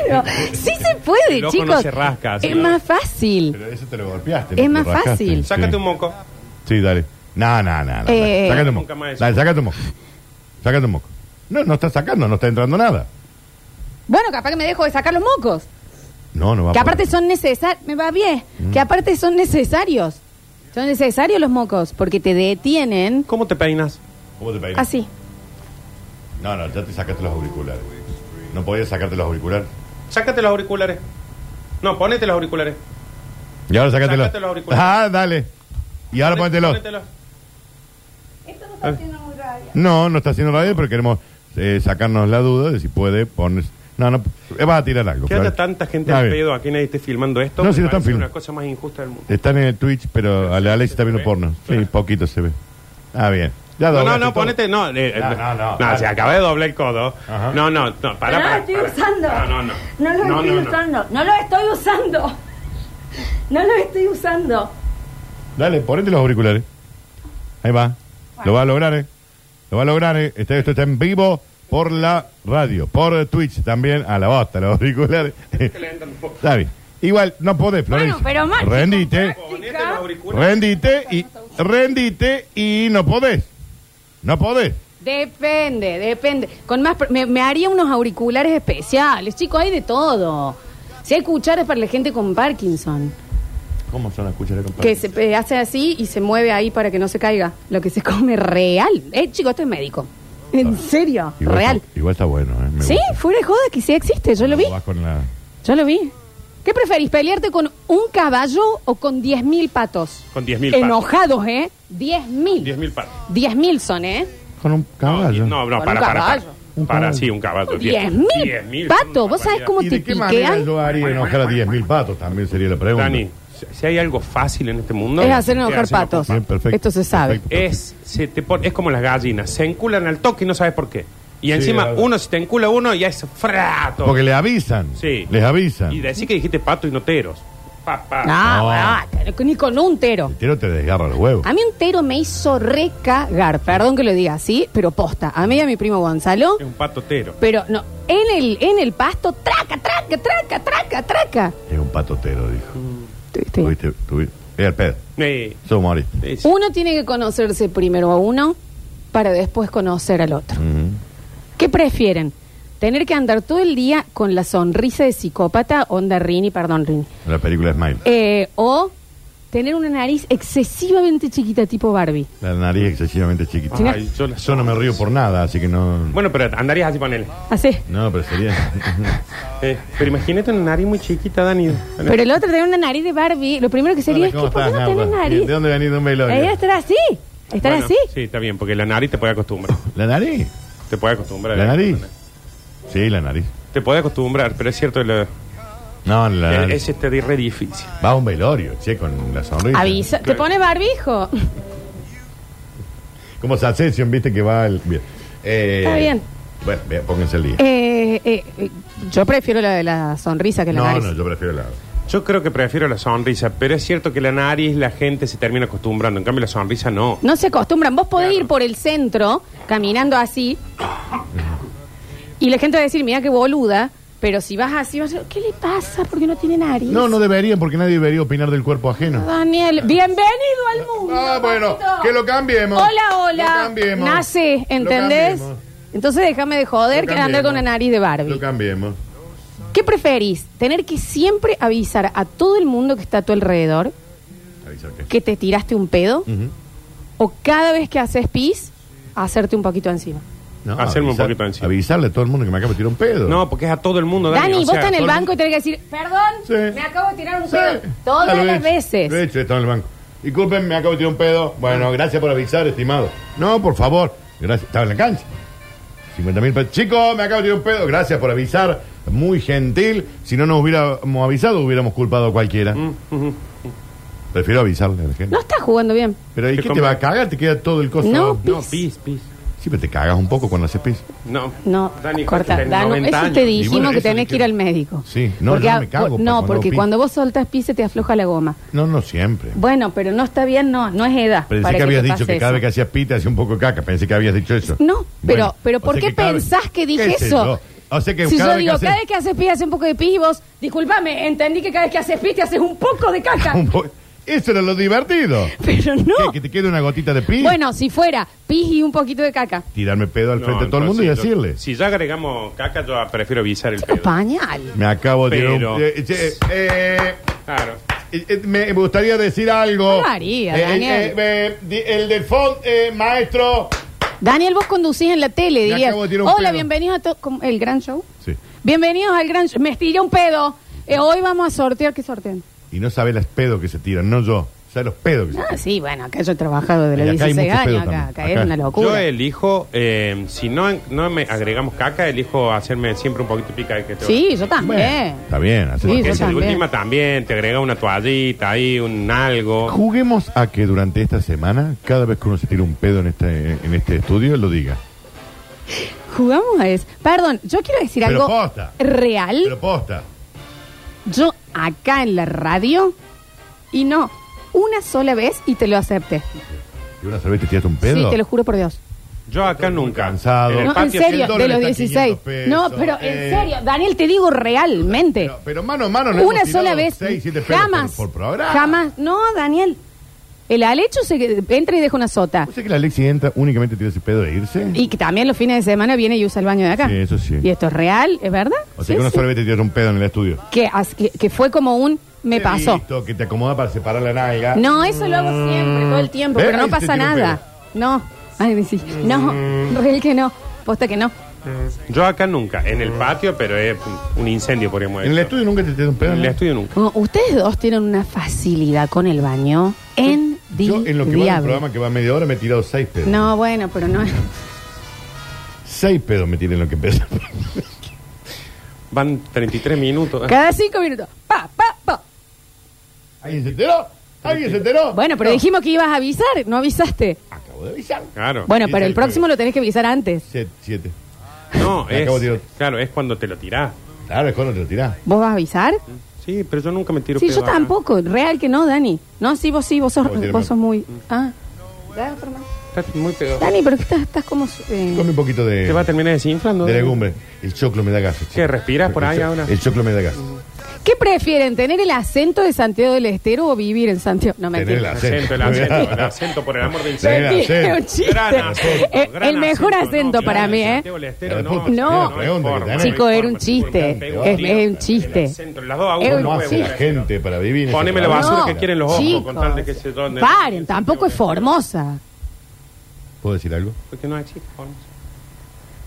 [SPEAKER 2] pero sí se puede,
[SPEAKER 5] El ojo no
[SPEAKER 2] chicos.
[SPEAKER 5] se rasca,
[SPEAKER 2] es
[SPEAKER 5] señora.
[SPEAKER 2] más fácil.
[SPEAKER 3] Pero eso te lo golpeaste.
[SPEAKER 2] Es
[SPEAKER 3] no te
[SPEAKER 2] más
[SPEAKER 3] lo rascaste.
[SPEAKER 2] fácil.
[SPEAKER 3] Sí.
[SPEAKER 5] Sácate un moco.
[SPEAKER 3] Sí, dale. No, no, no. no,
[SPEAKER 2] Eh.
[SPEAKER 3] dale. Sácate un moco.
[SPEAKER 5] Nunca más eso.
[SPEAKER 3] Dale, sácate un moco. Sácate un moco. No, no está sacando, no está entrando nada.
[SPEAKER 2] Bueno, capaz que me dejo de sacar los mocos.
[SPEAKER 3] No, no va
[SPEAKER 2] Que
[SPEAKER 3] a poder.
[SPEAKER 2] aparte son necesarios. Me va bien. Que
[SPEAKER 5] Mm.
[SPEAKER 2] aparte son necesarios. Son necesarios los mocos porque te detienen
[SPEAKER 5] ¿Cómo te peinas?
[SPEAKER 3] ¿Cómo te peinas?
[SPEAKER 2] así.
[SPEAKER 3] No, no, ya te sacaste los auriculares. No podías sacarte los auriculares.
[SPEAKER 5] Sácate los auriculares. No, ponete los auriculares.
[SPEAKER 3] Y ahora sácatelos.
[SPEAKER 5] Sácate los auriculares.
[SPEAKER 3] Ah, dale. Y ahora
[SPEAKER 5] Ponete-
[SPEAKER 3] póntelos.
[SPEAKER 5] ponételos.
[SPEAKER 3] No, no está haciendo radio, pero queremos eh, sacarnos la duda de si puede poner. No, no, eh, vas a tirar algo.
[SPEAKER 5] Que
[SPEAKER 3] Flor.
[SPEAKER 5] haya tanta gente
[SPEAKER 3] Está
[SPEAKER 5] al
[SPEAKER 3] bien.
[SPEAKER 5] pedo, aquí nadie esté filmando esto.
[SPEAKER 3] No,
[SPEAKER 5] me
[SPEAKER 3] sí lo están
[SPEAKER 5] parece
[SPEAKER 3] filmando.
[SPEAKER 5] una cosa más injusta del mundo.
[SPEAKER 3] Están en el Twitch, pero Ale- Alex está viendo
[SPEAKER 5] ve.
[SPEAKER 3] porno. Sí,
[SPEAKER 5] Claro.
[SPEAKER 3] poquito se ve. Ah, bien. Ya
[SPEAKER 5] No, no,
[SPEAKER 3] doblaste
[SPEAKER 5] no,
[SPEAKER 3] todo.
[SPEAKER 5] ponete, no, eh, eh,
[SPEAKER 3] No,
[SPEAKER 5] no,
[SPEAKER 3] no, no,
[SPEAKER 5] no,
[SPEAKER 3] dale.
[SPEAKER 5] se acabé de doblar el codo.
[SPEAKER 3] Ajá.
[SPEAKER 5] No, no, no, para,
[SPEAKER 4] No lo
[SPEAKER 5] para.
[SPEAKER 4] estoy
[SPEAKER 5] para.
[SPEAKER 4] usando.
[SPEAKER 5] No, no, no.
[SPEAKER 4] No lo estoy
[SPEAKER 5] no, no.
[SPEAKER 4] usando. No lo estoy usando. No lo estoy usando.
[SPEAKER 3] Dale, ponete los auriculares. Ahí va. Lo va a lograr, ¿eh? Lo va a lograr, ¿eh? Este- esto está en vivo por la radio, por Twitch también. A la bosta, los auriculares. está bien. Igual, no podés, Florencia.
[SPEAKER 4] Bueno, pero más,
[SPEAKER 3] Rendite,
[SPEAKER 5] Ponete los auriculares.
[SPEAKER 3] rendite y rendite y no podés. No podés.
[SPEAKER 2] Depende, depende. Con más, pr- me, me haría unos auriculares especiales, chicos, hay de todo. Si hay cucharas para la gente con Parkinson,
[SPEAKER 3] ¿Cómo son las cucharas con
[SPEAKER 2] que se eh, hace así y se mueve ahí para que no se caiga. Lo que se come real. Eh, chicos, esto es médico. En serio,
[SPEAKER 3] Igual
[SPEAKER 2] real.
[SPEAKER 3] Está, igual está bueno, ¿eh? Me
[SPEAKER 2] Sí,
[SPEAKER 3] gusta.
[SPEAKER 2] fuera de joda que sí existe, yo lo vi.
[SPEAKER 3] Vas con la-
[SPEAKER 2] Yo lo vi. ¿Qué preferís, pelearte con un caballo o con 10.000 patos?
[SPEAKER 5] Con 10.000 patos.
[SPEAKER 2] Enojados, ¿eh? 10.000.
[SPEAKER 5] 10.000 palos.
[SPEAKER 2] 10.000 son, ¿eh?
[SPEAKER 3] Con un caballo.
[SPEAKER 5] No, no,
[SPEAKER 2] Con un
[SPEAKER 5] para, para, para.
[SPEAKER 2] caballo.
[SPEAKER 3] Un
[SPEAKER 5] Para,
[SPEAKER 3] caballo.
[SPEAKER 5] sí, un caballo. Diez-
[SPEAKER 2] 10.000
[SPEAKER 5] 10.000
[SPEAKER 2] patos. ¿Vos sabés
[SPEAKER 5] barbaridad.
[SPEAKER 2] cómo
[SPEAKER 3] ¿Y
[SPEAKER 2] te
[SPEAKER 3] de qué manera
[SPEAKER 2] piquean?
[SPEAKER 3] yo haría enojar a 10.000 patos? También sería la pregunta.
[SPEAKER 5] Dani, si- si hay algo fácil en este mundo...
[SPEAKER 2] Es hacer
[SPEAKER 5] es
[SPEAKER 2] enojar
[SPEAKER 5] hacer
[SPEAKER 2] patos.
[SPEAKER 3] Bien, perfecto.
[SPEAKER 2] Esto se sabe.
[SPEAKER 3] Perfecto.
[SPEAKER 5] Es, se te pon- es como las gallinas, se enculan al toque y no sabes por qué. Y
[SPEAKER 3] Sí,
[SPEAKER 5] encima
[SPEAKER 3] algo.
[SPEAKER 5] uno, si te encula uno, ya es frato.
[SPEAKER 3] Porque le avisan.
[SPEAKER 5] Sí.
[SPEAKER 3] Les avisan.
[SPEAKER 5] Y decir que dijiste pato y noteros. Pa, pa.
[SPEAKER 2] No,
[SPEAKER 3] No.
[SPEAKER 2] bueno, ni con un tero.
[SPEAKER 3] El tiro te desgarra los huevos.
[SPEAKER 2] A mí un tero me hizo recagar, perdón que lo diga así, pero posta. A mí y a mi primo Gonzalo,
[SPEAKER 5] Es un patotero.
[SPEAKER 2] pero no, en el, en el pasto, traca, traca, traca, traca, traca.
[SPEAKER 3] Es un patotero, dijo.
[SPEAKER 2] Tuviste.
[SPEAKER 3] Tuviste, tuviste. Era el pedo.
[SPEAKER 5] Eh,
[SPEAKER 3] Sos humorista.
[SPEAKER 5] eh, sí.
[SPEAKER 2] Uno tiene que conocerse primero a uno para después conocer al otro.
[SPEAKER 3] Ujú.
[SPEAKER 2] ¿Qué prefieren? ¿Tener que andar todo el día con la sonrisa de psicópata, onda Rini, perdón Rini?
[SPEAKER 3] La película Smile.
[SPEAKER 2] Eh, ¿O tener una nariz excesivamente chiquita tipo Barbie?
[SPEAKER 3] La nariz excesivamente chiquita.
[SPEAKER 2] Si no-
[SPEAKER 5] Ay, yo la-
[SPEAKER 3] Yo no me río por nada, así que no.
[SPEAKER 5] Bueno, pero andarías así con él.
[SPEAKER 2] Así.
[SPEAKER 3] No, pero sería. [LAUGHS]
[SPEAKER 5] Eh, pero imagínate una nariz muy chiquita, Dani.
[SPEAKER 2] Pero el otro tener una nariz de Barbie, lo primero que sería es que
[SPEAKER 3] ¿Cómo
[SPEAKER 2] ¿por qué
[SPEAKER 3] estás,
[SPEAKER 2] no
[SPEAKER 3] Narda?
[SPEAKER 2] tenés
[SPEAKER 3] Bien,
[SPEAKER 2] nariz?
[SPEAKER 3] ¿De dónde venís de un velorio?
[SPEAKER 2] La idea es estar así, estar
[SPEAKER 5] Bueno,
[SPEAKER 2] así.
[SPEAKER 5] Sí, está bien, porque la nariz te puede acostumbrar.
[SPEAKER 3] ¿La nariz?
[SPEAKER 5] Te puede acostumbrar. eh.
[SPEAKER 3] ¿La nariz? Sí, la nariz.
[SPEAKER 5] Te puede acostumbrar, pero es cierto, lo-
[SPEAKER 3] No, la
[SPEAKER 5] el-
[SPEAKER 3] nariz.
[SPEAKER 5] ese te di re difícil.
[SPEAKER 3] Va a un velorio, che, con la sonrisa.
[SPEAKER 2] Avisa, te
[SPEAKER 5] Claro.
[SPEAKER 2] pone
[SPEAKER 3] [LAUGHS]
[SPEAKER 2] barbijo.
[SPEAKER 3] Como Sacesión, viste que va el. Bien. Eh,
[SPEAKER 2] Está bien.
[SPEAKER 3] Bueno, bien, pónganse el día.
[SPEAKER 2] Eh, eh, eh, yo prefiero la de la sonrisa que la
[SPEAKER 3] no,
[SPEAKER 2] nariz.
[SPEAKER 3] no, yo prefiero la.
[SPEAKER 5] Yo creo que prefiero la sonrisa, pero es cierto que la nariz la gente se termina acostumbrando. En cambio, la sonrisa no.
[SPEAKER 2] No se acostumbran. Vos podés ir por el centro caminando así y la gente va a decir, mira qué boluda, pero si vas así, vas a decir, ¿qué le pasa? Porque no tiene nariz.
[SPEAKER 3] No, no deberían porque nadie debería opinar del cuerpo
[SPEAKER 2] Ah,
[SPEAKER 3] ajeno.
[SPEAKER 2] Daniel, bienvenido al mundo.
[SPEAKER 3] Ah, bueno,
[SPEAKER 2] papito.
[SPEAKER 3] que lo cambiemos.
[SPEAKER 2] Hola, hola.
[SPEAKER 3] Lo cambiemos.
[SPEAKER 2] Nace,
[SPEAKER 3] Lo
[SPEAKER 2] ¿entendés?
[SPEAKER 3] cambiemos.
[SPEAKER 2] Entonces déjame de joder
[SPEAKER 3] Lo
[SPEAKER 2] que andar
[SPEAKER 3] cambiemos.
[SPEAKER 2] con una nariz de
[SPEAKER 3] Lo
[SPEAKER 2] Barbie.
[SPEAKER 3] cambiemos.
[SPEAKER 2] ¿Qué preferís? ¿Tener que siempre avisar a todo el mundo que está a tu alrededor
[SPEAKER 3] Ahí saqué.
[SPEAKER 2] que te tiraste un pedo?
[SPEAKER 3] Ujú.
[SPEAKER 2] ¿O cada vez que haces pis, hacerte un poquito encima?
[SPEAKER 3] No,
[SPEAKER 5] Hacerme un poquito encima.
[SPEAKER 3] Avisarle a todo el mundo que me acaba de tirar un pedo.
[SPEAKER 5] No, porque es a todo el mundo. Dani,
[SPEAKER 2] Dani,
[SPEAKER 5] o
[SPEAKER 2] vos
[SPEAKER 5] sea,
[SPEAKER 2] estás en el
[SPEAKER 5] todo
[SPEAKER 2] banco y tenés que decir, perdón,
[SPEAKER 3] Sí.
[SPEAKER 2] me acabo de tirar un
[SPEAKER 3] Sí.
[SPEAKER 2] pedo.
[SPEAKER 3] Ah, lo
[SPEAKER 2] Todas las
[SPEAKER 3] he hecho. Lo he
[SPEAKER 2] veces.
[SPEAKER 3] hecho, estaba en el banco. Disculpen, me acabo de tirar un pedo. Bueno, gracias por avisar, estimado. No, por favor. Gracias. Estaba en la cancha. 50 mil pesos. Chicos, me acabo de tirar un pedo. Gracias por avisar. Muy gentil. Si no nos hubiéramos avisado, hubiéramos culpado a cualquiera. Prefiero avisarle a la gente.
[SPEAKER 2] No estás jugando bien.
[SPEAKER 3] Pero ¿y
[SPEAKER 5] Te
[SPEAKER 3] qué te
[SPEAKER 5] compro-
[SPEAKER 3] va a cagar? ¿Te queda todo el coso?
[SPEAKER 2] No.
[SPEAKER 5] No, pis, pis.
[SPEAKER 3] Siempre te cagas un poco cuando haces pis.
[SPEAKER 5] No,
[SPEAKER 2] No,
[SPEAKER 5] Dani,
[SPEAKER 2] corta.
[SPEAKER 5] tenés
[SPEAKER 2] Danu,
[SPEAKER 5] 90
[SPEAKER 2] eso
[SPEAKER 5] años.
[SPEAKER 2] te
[SPEAKER 3] Y
[SPEAKER 2] dijimos
[SPEAKER 3] bueno,
[SPEAKER 2] que
[SPEAKER 3] eso
[SPEAKER 2] tenés
[SPEAKER 3] te
[SPEAKER 2] que ir
[SPEAKER 3] quiero-
[SPEAKER 2] al médico.
[SPEAKER 3] Sí, no,
[SPEAKER 2] porque,
[SPEAKER 3] yo
[SPEAKER 2] a-
[SPEAKER 3] me cago,
[SPEAKER 2] por-
[SPEAKER 3] porque
[SPEAKER 2] No,
[SPEAKER 3] cuando
[SPEAKER 2] porque
[SPEAKER 3] pi-
[SPEAKER 2] cuando vos soltás pis se te afloja la goma.
[SPEAKER 3] No, no siempre.
[SPEAKER 2] Bueno, pero no está bien, no, no es edad.
[SPEAKER 3] Pensé
[SPEAKER 2] para
[SPEAKER 3] que
[SPEAKER 2] te
[SPEAKER 3] habías
[SPEAKER 2] pase
[SPEAKER 3] dicho que cada
[SPEAKER 2] eso.
[SPEAKER 3] vez que hacías pita hacía un poco de caca. Pensé que habías dicho eso.
[SPEAKER 2] No, pero,
[SPEAKER 3] Bueno,
[SPEAKER 2] pero
[SPEAKER 3] o
[SPEAKER 2] ¿por
[SPEAKER 3] sea
[SPEAKER 2] qué
[SPEAKER 3] que cada vez-
[SPEAKER 2] pensás que dije
[SPEAKER 3] ¿Qué sé
[SPEAKER 2] eso?
[SPEAKER 3] yo? O sea que
[SPEAKER 2] si
[SPEAKER 3] cada
[SPEAKER 2] yo
[SPEAKER 3] vez
[SPEAKER 2] digo,
[SPEAKER 3] que haces-
[SPEAKER 2] cada vez que haces pis hace un poco de pis y vos, disculpame, entendí que cada vez que haces pis te haces un poco de caca.
[SPEAKER 3] [LAUGHS] Un po- Eso era lo divertido.
[SPEAKER 2] [LAUGHS] pero no.
[SPEAKER 3] ¿Qué, que te quede una gotita de pis.
[SPEAKER 2] Bueno, si fuera pis y un poquito de caca.
[SPEAKER 3] Tirarme pedo al
[SPEAKER 5] No,
[SPEAKER 3] frente de todo el mundo y
[SPEAKER 5] entonces,
[SPEAKER 3] decirle.
[SPEAKER 5] Si ya agregamos caca, yo prefiero avisar el
[SPEAKER 2] Chico,
[SPEAKER 5] pedo.
[SPEAKER 2] pañal.
[SPEAKER 3] Me acabo de tirar
[SPEAKER 5] Pero-
[SPEAKER 3] un- eh, eh, eh,
[SPEAKER 5] Claro.
[SPEAKER 3] eh, eh, me gustaría decir algo.
[SPEAKER 2] No lo haría,
[SPEAKER 3] Eh,
[SPEAKER 2] Daniel.
[SPEAKER 3] eh, eh, di- el del fondo, maestro.
[SPEAKER 2] Daniel, vos conducís en la tele,
[SPEAKER 3] Me
[SPEAKER 2] dirías.
[SPEAKER 3] acabo de tirar un
[SPEAKER 2] Hola,
[SPEAKER 3] pedo".
[SPEAKER 2] bienvenidos a to- ¿cómo? el gran show.
[SPEAKER 3] Sí.
[SPEAKER 2] Bienvenidos al gran show. Me estiré un pedo. Eh, hoy vamos a sortear. ¿Qué sortean?
[SPEAKER 3] Y no sabe las pedos que se tiran, no yo. Sabe los pedos que se
[SPEAKER 2] Ah,
[SPEAKER 3] tiran.
[SPEAKER 2] sí, bueno, acá yo he trabajado desde
[SPEAKER 3] Y
[SPEAKER 2] los
[SPEAKER 3] acá hay
[SPEAKER 2] 16
[SPEAKER 3] mucho pedo
[SPEAKER 2] años. Acá,
[SPEAKER 3] también.
[SPEAKER 2] acá es
[SPEAKER 3] Acá.
[SPEAKER 2] una
[SPEAKER 5] Yo
[SPEAKER 2] locura.
[SPEAKER 5] elijo, eh, si no, no me agregamos caca, elijo hacerme siempre un poquito pica de que te
[SPEAKER 2] Sí, yo también.
[SPEAKER 3] Bueno, está bien. haces
[SPEAKER 2] Sí,
[SPEAKER 3] lo que
[SPEAKER 2] yo
[SPEAKER 5] Porque
[SPEAKER 3] quieras.
[SPEAKER 5] si de
[SPEAKER 2] también.
[SPEAKER 5] última también te agrega una toallita ahí, un algo.
[SPEAKER 3] Eh, Juguemos a que durante esta semana, cada vez que uno se tira un pedo en este, en este estudio, lo diga.
[SPEAKER 2] Jugamos a eso. Perdón, yo quiero decir
[SPEAKER 3] Pero
[SPEAKER 2] algo
[SPEAKER 3] posta.
[SPEAKER 2] real.
[SPEAKER 3] Pero posta.
[SPEAKER 2] Yo acá en la radio y no una sola vez y te lo acepté.
[SPEAKER 3] ¿Y una vez te tiraste un pedo?
[SPEAKER 2] Sí, te lo juro por Dios.
[SPEAKER 5] Yo acá nunca.
[SPEAKER 3] cansado.
[SPEAKER 5] el
[SPEAKER 2] No, en
[SPEAKER 5] patio
[SPEAKER 2] serio,
[SPEAKER 5] siento-
[SPEAKER 3] el
[SPEAKER 2] de
[SPEAKER 3] dólar
[SPEAKER 2] los
[SPEAKER 3] está a
[SPEAKER 2] 16.
[SPEAKER 3] 500 pesos,
[SPEAKER 2] no, pero en
[SPEAKER 3] eh.
[SPEAKER 2] serio, Daniel, te digo realmente.
[SPEAKER 3] Pero, pero mano a mano, no
[SPEAKER 2] una
[SPEAKER 3] hemos
[SPEAKER 2] sola
[SPEAKER 3] tirado
[SPEAKER 2] vez.
[SPEAKER 3] Seis, siete pedos
[SPEAKER 2] jamás.
[SPEAKER 3] Por, por programa.
[SPEAKER 2] Jamás. No, Daniel. El Alecho se que- entra y deja una sota.
[SPEAKER 3] ¿Vos sabés que la Alexi entra únicamente tiene ese pedo de irse?
[SPEAKER 2] Y que también los fines de semana viene y usa el baño de acá.
[SPEAKER 3] Sí, eso sí.
[SPEAKER 2] Y esto es real, ¿es verdad?
[SPEAKER 3] O sea
[SPEAKER 2] Sí,
[SPEAKER 3] que una
[SPEAKER 2] sí.
[SPEAKER 3] sola vez te tiras un pedo en el estudio.
[SPEAKER 2] que, as- que- que fue como un me
[SPEAKER 3] Te
[SPEAKER 2] pasó.
[SPEAKER 3] visto, que te acomoda para separar la nalga.
[SPEAKER 2] No, eso lo hago siempre, todo el tiempo,
[SPEAKER 3] ¿Ves?
[SPEAKER 2] pero no
[SPEAKER 3] Ahí se
[SPEAKER 2] pasa
[SPEAKER 3] tiene un
[SPEAKER 2] nada. No. Ay, sí. No,
[SPEAKER 3] Mm.
[SPEAKER 2] real que no. Posta que no.
[SPEAKER 5] Yo acá nunca. En el patio, pero es un incendio, podríamos
[SPEAKER 3] En el
[SPEAKER 5] decir.
[SPEAKER 3] estudio nunca te tiras un pedo.
[SPEAKER 5] En el
[SPEAKER 3] ¿no?
[SPEAKER 5] estudio nunca.
[SPEAKER 2] Como Ustedes dos tienen una facilidad con el baño en
[SPEAKER 3] Yo en lo que va del programa que va media hora me he tirado seis pedos.
[SPEAKER 2] No, bueno, pero no.
[SPEAKER 3] Seis pedos me tiré en lo que empezó. [LAUGHS]
[SPEAKER 5] Van 33 minutos.
[SPEAKER 2] Cada cinco minutos. Pa, pa, pa.
[SPEAKER 3] ¿Alguien se enteró? ¿Alguien se enteró?
[SPEAKER 2] Bueno, pero
[SPEAKER 3] No.
[SPEAKER 2] dijimos que ibas a avisar, no avisaste.
[SPEAKER 3] Acabo de avisar.
[SPEAKER 5] Claro.
[SPEAKER 2] Bueno,
[SPEAKER 3] Sí,
[SPEAKER 2] pero el
[SPEAKER 3] sí,
[SPEAKER 2] próximo lo tenés que avisar antes.
[SPEAKER 3] Siete. siete.
[SPEAKER 5] No,
[SPEAKER 3] Me
[SPEAKER 5] es,
[SPEAKER 3] acabo de tirar.
[SPEAKER 5] claro, es cuando te lo tirás.
[SPEAKER 3] Claro, es cuando te lo tirás.
[SPEAKER 2] ¿Vos vas a avisar?
[SPEAKER 5] Sí, pero yo nunca me tiro
[SPEAKER 2] Sí,
[SPEAKER 5] pedo
[SPEAKER 2] yo
[SPEAKER 5] acá.
[SPEAKER 2] tampoco. Real que no, Dani. No, sí, vos sí, vos sos,
[SPEAKER 3] Vos tirame.
[SPEAKER 2] vos sos muy. Ah. Da otro más.
[SPEAKER 5] Estás muy pedo.
[SPEAKER 2] Dani, pero que estás, estás como. eh,
[SPEAKER 3] Come un poquito de...
[SPEAKER 5] Te va a terminar desinflando. eh.
[SPEAKER 3] De legumbre. El choclo me da gas.
[SPEAKER 5] ¿Qué, respirás por ahí
[SPEAKER 3] El cho-
[SPEAKER 5] ahora?
[SPEAKER 3] El choclo me da gas.
[SPEAKER 2] ¿Qué prefieren, tener el acento de Santiago del Estero o vivir en Santiago? No,
[SPEAKER 3] Tener el
[SPEAKER 2] mentira.
[SPEAKER 3] acento.
[SPEAKER 5] acento, el
[SPEAKER 3] [LAUGHS]
[SPEAKER 5] acento, el acento, por el amor del cielo.
[SPEAKER 3] Tener el
[SPEAKER 2] Mentira, es un
[SPEAKER 3] acento.
[SPEAKER 2] chiste.
[SPEAKER 5] Gran acento,
[SPEAKER 2] Eh,
[SPEAKER 5] gran
[SPEAKER 2] el mejor acento,
[SPEAKER 5] no,
[SPEAKER 2] para
[SPEAKER 5] gran
[SPEAKER 2] mí, ¿eh?
[SPEAKER 5] Santiago del Estero,
[SPEAKER 3] Pero,
[SPEAKER 5] no,
[SPEAKER 3] puta,
[SPEAKER 2] No.
[SPEAKER 5] hay
[SPEAKER 3] pregunta que
[SPEAKER 5] forma,
[SPEAKER 3] tenés.
[SPEAKER 5] hay
[SPEAKER 2] Chico, era
[SPEAKER 5] forma,
[SPEAKER 2] un
[SPEAKER 5] te juro,
[SPEAKER 2] chiste.
[SPEAKER 5] te pego un
[SPEAKER 2] Es-
[SPEAKER 5] tiro.
[SPEAKER 2] es un chiste.
[SPEAKER 5] El acento, Las dos a
[SPEAKER 2] Es
[SPEAKER 5] uno.
[SPEAKER 2] un-
[SPEAKER 3] No hace la
[SPEAKER 5] huevo.
[SPEAKER 3] gente para vivir. en ese
[SPEAKER 5] Poneme la
[SPEAKER 3] trabajo?
[SPEAKER 5] basura que quieren los ojos,
[SPEAKER 2] chicos.
[SPEAKER 5] con tal de que se donen.
[SPEAKER 2] Paren, tampoco es Formosa.
[SPEAKER 3] ¿Puedo decir algo?
[SPEAKER 5] Porque no existe forma.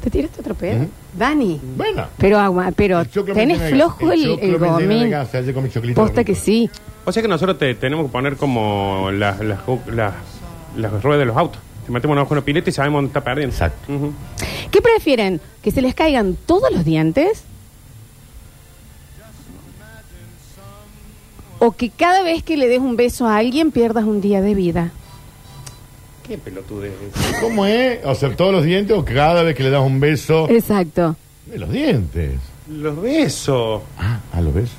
[SPEAKER 2] ¿Te tiraste otro pedo?
[SPEAKER 3] Ujú.
[SPEAKER 2] Dani,
[SPEAKER 3] Bueno.
[SPEAKER 2] pero agua, pero
[SPEAKER 3] El choclo me llena
[SPEAKER 2] tenés
[SPEAKER 3] de
[SPEAKER 2] flojo
[SPEAKER 3] gas.
[SPEAKER 2] el,
[SPEAKER 3] choclo
[SPEAKER 2] el
[SPEAKER 3] me llena de
[SPEAKER 2] gomín.
[SPEAKER 3] gas. Ayer comí choclito.
[SPEAKER 2] Posta que sí.
[SPEAKER 5] O sea que nosotros te tenemos que poner como las, las, las, las ruedas de los autos. Te metemos abajo en una pileta y sabemos dónde está perdiendo.
[SPEAKER 3] Exacto.
[SPEAKER 5] Ujú.
[SPEAKER 2] ¿Qué prefieren? ¿Que se les caigan todos los dientes? ¿O que cada vez que le des un beso a alguien pierdas un día de vida?
[SPEAKER 5] Qué pelotudez.
[SPEAKER 3] ¿Cómo es? O sea, todos los dientes o cada vez que le das un
[SPEAKER 2] Eh.
[SPEAKER 3] beso.
[SPEAKER 2] Exacto.
[SPEAKER 3] De los dientes.
[SPEAKER 5] Los besos.
[SPEAKER 3] Ah, los besos.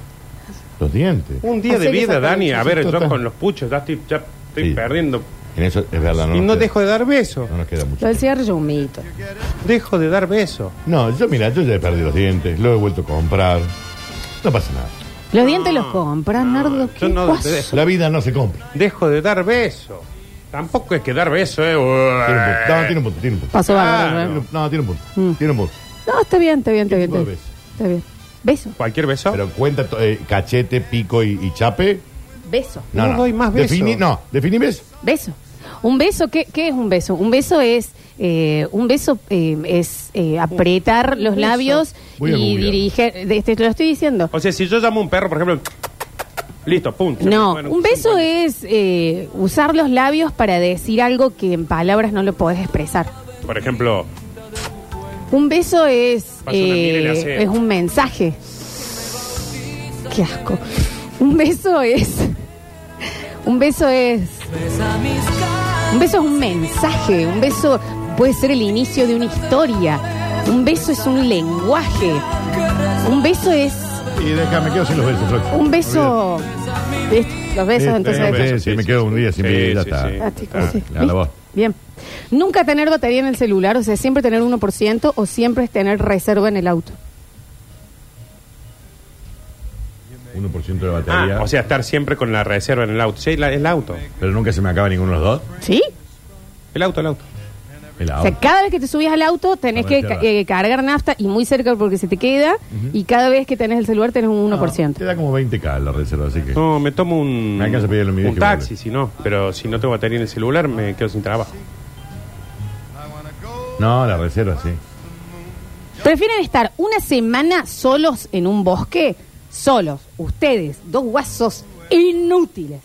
[SPEAKER 3] los dientes.
[SPEAKER 5] Un día
[SPEAKER 2] Así
[SPEAKER 5] de
[SPEAKER 2] que
[SPEAKER 5] vida,
[SPEAKER 2] saca
[SPEAKER 5] Dani.
[SPEAKER 2] el
[SPEAKER 5] A ver,
[SPEAKER 3] chistito,
[SPEAKER 5] yo
[SPEAKER 3] está.
[SPEAKER 5] con los puchos ya estoy, ya estoy
[SPEAKER 3] Sí.
[SPEAKER 5] perdiendo.
[SPEAKER 3] En eso es verdad, no
[SPEAKER 5] y
[SPEAKER 3] nos
[SPEAKER 5] no
[SPEAKER 3] queda-
[SPEAKER 5] dejo de dar besos.
[SPEAKER 3] No nos queda mucho.
[SPEAKER 2] Lo del cigarro es un mito.
[SPEAKER 5] Dejo de dar besos.
[SPEAKER 3] No, yo mira, yo ya he perdido los dientes, lo he vuelto a comprar. No pasa nada.
[SPEAKER 2] Los dientes los compran, Nardo. ¿qué
[SPEAKER 5] yo no
[SPEAKER 2] guaso?
[SPEAKER 5] te dejo.
[SPEAKER 3] La vida no se compra.
[SPEAKER 5] Dejo de dar besos. Tampoco es que dar besos, eh.
[SPEAKER 3] Tiene un punto. No, tiene un punto, tiene un punto.
[SPEAKER 2] Pasó bárbaro.
[SPEAKER 5] Claro.
[SPEAKER 2] ¿eh?
[SPEAKER 3] Tiene un- No, tiene un punto.
[SPEAKER 2] Mm.
[SPEAKER 3] Tiene un punto.
[SPEAKER 2] No, está bien, está bien, está bien.
[SPEAKER 3] tipo
[SPEAKER 2] Está
[SPEAKER 3] de
[SPEAKER 2] bien. Está bien. Beso.
[SPEAKER 5] Cualquier beso.
[SPEAKER 3] Pero cuenta to- eh, cachete, pico y, y chape.
[SPEAKER 2] Beso.
[SPEAKER 3] No,
[SPEAKER 5] No
[SPEAKER 3] no.
[SPEAKER 5] doy más besos.
[SPEAKER 3] Defini- no, definí beso.
[SPEAKER 2] Beso. Un beso, ¿qué, qué es un beso? Un beso es eh, un beso eh, es eh, apretar los labios
[SPEAKER 3] Voy a
[SPEAKER 2] y
[SPEAKER 3] googlear.
[SPEAKER 2] dirigir. de- Te, te lo estoy diciendo.
[SPEAKER 5] O sea, si yo llamo a un perro, por ejemplo, listo, punto.
[SPEAKER 2] No,
[SPEAKER 5] Bueno,
[SPEAKER 2] un beso
[SPEAKER 5] bueno.
[SPEAKER 2] es eh, usar los labios para decir algo que en palabras no lo podés expresar.
[SPEAKER 5] Por ejemplo,
[SPEAKER 2] Un beso es
[SPEAKER 5] Pasa una mina y le
[SPEAKER 2] eh,
[SPEAKER 5] hace-
[SPEAKER 2] es un mensaje. Qué asco. Un beso es un beso es un beso es un mensaje. Un beso puede ser el inicio de una historia. Un beso es un lenguaje. Un beso es
[SPEAKER 3] Y déjame, quedo sin los besos, Floxy.
[SPEAKER 2] un beso. ¿Viste? Los besos
[SPEAKER 3] Sí,
[SPEAKER 2] entonces.
[SPEAKER 3] sí,
[SPEAKER 5] beso,
[SPEAKER 3] sí,
[SPEAKER 5] sí,
[SPEAKER 3] me
[SPEAKER 5] sí,
[SPEAKER 3] quedo
[SPEAKER 5] sí.
[SPEAKER 3] un día sin
[SPEAKER 5] Sí,
[SPEAKER 3] vida, ya
[SPEAKER 5] sí,
[SPEAKER 3] está.
[SPEAKER 5] sí.
[SPEAKER 2] Ah, chicos,
[SPEAKER 3] Ah,
[SPEAKER 2] sí.
[SPEAKER 3] la voz.
[SPEAKER 2] Bien. Nunca tener batería en el celular, o sea, siempre tener 1% o siempre es tener reserva en el auto.
[SPEAKER 3] 1% de batería.
[SPEAKER 5] ah, o sea, estar siempre con la reserva en el auto. Sí, la- el auto.
[SPEAKER 3] pero nunca se me acaba ninguno de los dos.
[SPEAKER 2] ¿Sí?
[SPEAKER 5] El auto, el auto.
[SPEAKER 3] El
[SPEAKER 2] O
[SPEAKER 3] auto.
[SPEAKER 2] sea, cada vez que te subías al auto tenés que ca- eh, cargar nafta y muy cerca porque se te queda. Y cada vez que tenés el celular tenés un
[SPEAKER 3] No,
[SPEAKER 2] 1%.
[SPEAKER 3] Te da como 20k la reserva, así que.
[SPEAKER 5] No, me tomo un,
[SPEAKER 3] Me alcanza a pedirle mi
[SPEAKER 5] un
[SPEAKER 3] viejo
[SPEAKER 5] taxi,
[SPEAKER 3] y vuelve.
[SPEAKER 5] si no. Pero si no tengo batería en el celular, me quedo sin trabajo.
[SPEAKER 3] No, la reserva, sí.
[SPEAKER 2] Prefieren estar una semana solos en un bosque, solos, ustedes, dos guasos inútiles,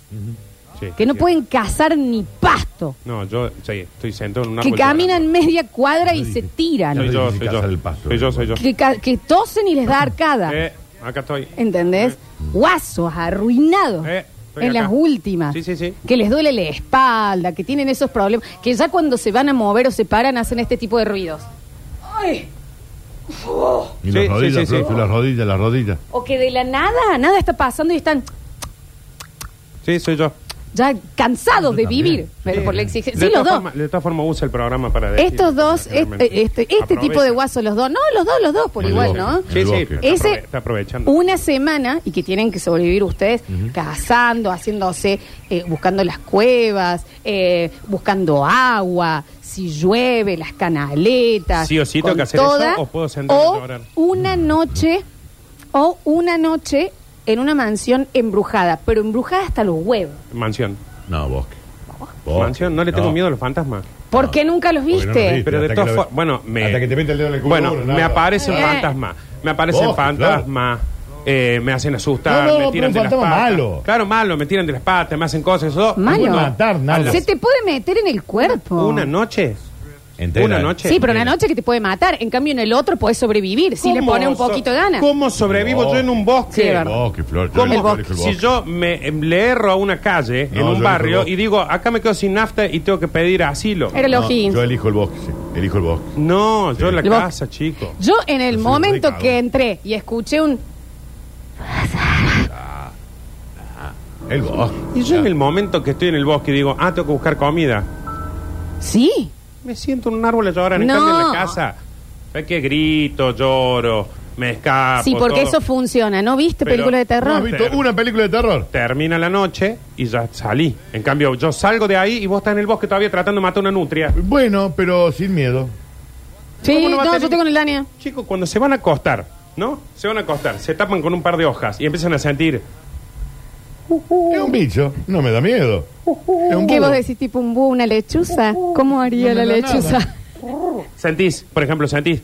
[SPEAKER 5] Sí,
[SPEAKER 2] que no
[SPEAKER 5] sí.
[SPEAKER 2] pueden cazar ni pasto,
[SPEAKER 5] No, yo sí, estoy sentado en un
[SPEAKER 2] que
[SPEAKER 5] árbol.
[SPEAKER 2] caminan media cuadra y se tiran,
[SPEAKER 5] Soy
[SPEAKER 3] Es
[SPEAKER 5] yo,
[SPEAKER 3] difícil
[SPEAKER 5] soy yo.
[SPEAKER 3] cazar el pasto.
[SPEAKER 5] Soy yo, soy yo.
[SPEAKER 2] que, ca- que tosen y les da arcada.
[SPEAKER 5] Eh, acá estoy.
[SPEAKER 2] ¿Entendés? Guasos arruinados.
[SPEAKER 5] Eh, estoy
[SPEAKER 2] en
[SPEAKER 5] acá.
[SPEAKER 2] las últimas.
[SPEAKER 5] Sí, sí, sí.
[SPEAKER 2] Que les duele la espalda, que tienen esos problemas. Que ya cuando se van a mover o se paran hacen este tipo de ruidos. ¡Ay!
[SPEAKER 3] Y
[SPEAKER 5] Sí,
[SPEAKER 3] las
[SPEAKER 5] sí,
[SPEAKER 3] rodillas,
[SPEAKER 5] sí, sí.
[SPEAKER 3] Floxy, las rodillas, las rodillas.
[SPEAKER 2] O que de la nada, nada está pasando y están
[SPEAKER 5] Sí, soy yo.
[SPEAKER 2] ya cansados
[SPEAKER 3] Yo
[SPEAKER 2] de
[SPEAKER 3] también.
[SPEAKER 2] vivir. Pero
[SPEAKER 3] Sí.
[SPEAKER 2] por la exigencia.
[SPEAKER 5] Eh, De
[SPEAKER 2] Sí, los
[SPEAKER 5] todas
[SPEAKER 2] dos.
[SPEAKER 5] formas- de todas formas, usa el programa para decir,
[SPEAKER 2] Estos dos,
[SPEAKER 5] claramente.
[SPEAKER 2] este, este, este tipo
[SPEAKER 5] Aprovecha.
[SPEAKER 2] de guasos, los dos. No, los dos, los dos, por
[SPEAKER 3] Los
[SPEAKER 2] igual,
[SPEAKER 3] dos.
[SPEAKER 2] ¿no?
[SPEAKER 5] Sí, sí,
[SPEAKER 3] Bloque.
[SPEAKER 5] está
[SPEAKER 2] Ese-
[SPEAKER 5] aprove- está aprovechando.
[SPEAKER 2] una semana y que tienen que sobrevivir ustedes cazando, haciéndose, eh, buscando las cuevas, eh, buscando agua, si llueve, las canaletas.
[SPEAKER 5] Sí o sí tengo
[SPEAKER 2] con
[SPEAKER 5] que hacer eso, o puedo sentarme a
[SPEAKER 2] o
[SPEAKER 5] llorar.
[SPEAKER 2] una noche, o una noche en una mansión embrujada, pero embrujada hasta los huevos.
[SPEAKER 5] Mansión.
[SPEAKER 3] No, bosque.
[SPEAKER 5] Mansión, no le tengo miedo a los fantasmas.
[SPEAKER 2] ¿Por
[SPEAKER 3] No,
[SPEAKER 2] qué nunca los
[SPEAKER 3] porque no
[SPEAKER 2] viste?
[SPEAKER 3] los vi.
[SPEAKER 5] Pero
[SPEAKER 3] Hasta
[SPEAKER 5] de
[SPEAKER 3] que
[SPEAKER 5] todas
[SPEAKER 3] lo
[SPEAKER 5] formas,
[SPEAKER 3] ve-
[SPEAKER 5] bueno, me,
[SPEAKER 3] hasta que te mete el dedo en el culo,
[SPEAKER 5] Bueno,
[SPEAKER 3] uno,
[SPEAKER 5] me
[SPEAKER 3] nada.
[SPEAKER 5] aparece un
[SPEAKER 2] Eh.
[SPEAKER 5] fantasma. Me aparecen
[SPEAKER 3] Vos,
[SPEAKER 5] fantasmas. eh, me hacen asustar,
[SPEAKER 3] No, no,
[SPEAKER 5] me tiran de
[SPEAKER 3] pero un
[SPEAKER 5] las patas.
[SPEAKER 3] fantasma malo.
[SPEAKER 5] Claro, malo, me tiran de las patas, me hacen cosas, eso.
[SPEAKER 2] Malo.
[SPEAKER 3] puede matar, nada.
[SPEAKER 2] Se te puede meter en el cuerpo.
[SPEAKER 5] Una noche.
[SPEAKER 3] Entera.
[SPEAKER 5] Una noche.
[SPEAKER 2] Sí, pero una noche que te puede matar. En cambio, en el otro puedes sobrevivir si le
[SPEAKER 5] ¿Cómo
[SPEAKER 2] pone un
[SPEAKER 5] so-
[SPEAKER 2] poquito de ganas.
[SPEAKER 5] ¿Cómo sobrevivo
[SPEAKER 3] No.
[SPEAKER 5] yo en un
[SPEAKER 2] Sí, es
[SPEAKER 5] bosque?
[SPEAKER 2] verdad.
[SPEAKER 3] Bosque, Flor.
[SPEAKER 5] ¿Cómo?
[SPEAKER 3] yo elijo el
[SPEAKER 5] Si
[SPEAKER 3] bosque.
[SPEAKER 5] yo me em, le erro a una calle
[SPEAKER 3] No, yo
[SPEAKER 5] en un
[SPEAKER 3] elijo el
[SPEAKER 5] barrio
[SPEAKER 3] bosque.
[SPEAKER 5] y digo, acá me quedo sin nafta y tengo que pedir asilo.
[SPEAKER 2] Era
[SPEAKER 3] No,
[SPEAKER 2] los jeans.
[SPEAKER 3] Yo elijo el bosque, sí. Elijo el bosque.
[SPEAKER 5] No, yo en la
[SPEAKER 2] El bosque.
[SPEAKER 5] casa, chico.
[SPEAKER 2] Yo en el
[SPEAKER 3] Yo soy
[SPEAKER 2] momento
[SPEAKER 3] recagón.
[SPEAKER 2] que entré y escuché un...
[SPEAKER 3] El bosque.
[SPEAKER 5] Y yo en el momento que estoy en el bosque digo, ah, tengo que buscar comida.
[SPEAKER 2] Sí.
[SPEAKER 5] Me siento en un árbol a llorar. En
[SPEAKER 2] No.
[SPEAKER 5] cambio, en la casa, ¿sabes qué? Grito, lloro, me
[SPEAKER 3] Ah,
[SPEAKER 5] escapo.
[SPEAKER 2] sí, porque
[SPEAKER 5] todo.
[SPEAKER 2] eso funciona. ¿No viste
[SPEAKER 5] Pero-
[SPEAKER 2] películas de
[SPEAKER 3] ¿No has
[SPEAKER 2] terror?
[SPEAKER 3] visto una película de terror?
[SPEAKER 5] Termina la noche y ya salí. En cambio, yo salgo de ahí y vos estás en el bosque todavía tratando de matar una nutria.
[SPEAKER 3] Bueno, pero sin miedo.
[SPEAKER 2] Sí,
[SPEAKER 5] ¿Cómo no va
[SPEAKER 2] no,
[SPEAKER 5] a tener-
[SPEAKER 2] yo estoy con el Dania.
[SPEAKER 5] Chicos, cuando se van a acostar, ¿no? Se van a acostar, se tapan con un par de hojas y empiezan a sentir.
[SPEAKER 3] Es un bicho, no me da miedo. Es un
[SPEAKER 2] ¿Qué
[SPEAKER 3] búho.
[SPEAKER 2] vos decís? ¿Tipo un búho, una lechuza? ¿Cómo haría
[SPEAKER 3] No me
[SPEAKER 2] la
[SPEAKER 3] da
[SPEAKER 2] lechuza?
[SPEAKER 3] nada.
[SPEAKER 5] Sentís, por ejemplo, sentís.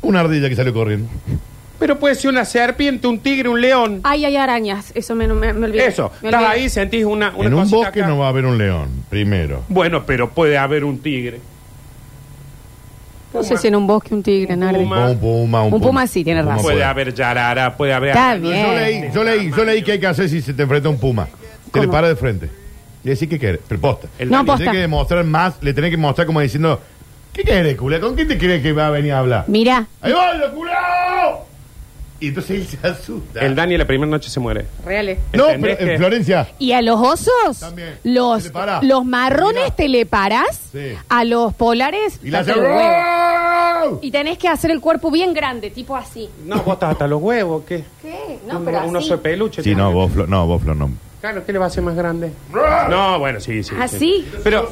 [SPEAKER 3] Una ardilla que salió corriendo.
[SPEAKER 5] Pero puede ser una serpiente, un tigre, un león.
[SPEAKER 2] Ay, hay arañas. Eso me, me, me olvidé.
[SPEAKER 5] Eso,
[SPEAKER 2] Ah, Me
[SPEAKER 5] estás
[SPEAKER 2] olvidé.
[SPEAKER 5] ahí, sentís una. una
[SPEAKER 3] en un
[SPEAKER 5] cosita
[SPEAKER 3] bosque
[SPEAKER 5] acá.
[SPEAKER 3] no va a haber un león, primero.
[SPEAKER 5] Bueno, pero puede haber un tigre.
[SPEAKER 2] No sé si en un bosque un tigre, Nardi.
[SPEAKER 5] puma.
[SPEAKER 3] Un puma, un
[SPEAKER 2] Un
[SPEAKER 3] puma.
[SPEAKER 2] puma sí, tienes razón.
[SPEAKER 5] puede
[SPEAKER 3] puede.
[SPEAKER 5] haber yarara, puede haber.
[SPEAKER 2] Está
[SPEAKER 3] Yo leí,
[SPEAKER 2] bien.
[SPEAKER 3] yo leí, yo leí que hay que hacer si se te enfrenta un puma. Te le
[SPEAKER 2] ¿Cómo?
[SPEAKER 3] para de frente. Y decir que querés, pero posta.
[SPEAKER 5] El
[SPEAKER 2] No,
[SPEAKER 5] Dani.
[SPEAKER 3] Le
[SPEAKER 2] posta.
[SPEAKER 3] tenés que demostrar más, le tenés que mostrar como diciendo, ¿qué querés, culé? ¿Con quién te crees que va a venir a hablar?
[SPEAKER 2] Mira,
[SPEAKER 3] ¡Ahí va, lo culé! Y entonces él se asusta.
[SPEAKER 5] El Dani la primera noche se muere.
[SPEAKER 2] Reales.
[SPEAKER 3] no,
[SPEAKER 5] ¿entendés
[SPEAKER 3] pero en
[SPEAKER 5] que-
[SPEAKER 3] Florencia.
[SPEAKER 2] Y a los osos,
[SPEAKER 3] También.
[SPEAKER 2] los,
[SPEAKER 3] Te le parás.
[SPEAKER 2] los marrones
[SPEAKER 3] Mirá.
[SPEAKER 2] te le paras,
[SPEAKER 3] Sí.
[SPEAKER 2] a los polares
[SPEAKER 3] Y la
[SPEAKER 2] hasta
[SPEAKER 3] hace.
[SPEAKER 2] los huevos.
[SPEAKER 3] ¡Wow!
[SPEAKER 4] Y tenés que hacer el cuerpo bien grande, tipo así.
[SPEAKER 5] No, vos estás hasta los huevos, ¿qué?
[SPEAKER 4] ¿Qué?
[SPEAKER 5] un,
[SPEAKER 4] No, pero
[SPEAKER 5] un
[SPEAKER 4] así.
[SPEAKER 5] oso de peluche.
[SPEAKER 3] Sí, no, vos, Flor, no, vos, Flor, no.
[SPEAKER 5] Claro, ¿qué le va a hacer más grande? No, bueno, sí, sí. sí.
[SPEAKER 4] Así.
[SPEAKER 5] Pero,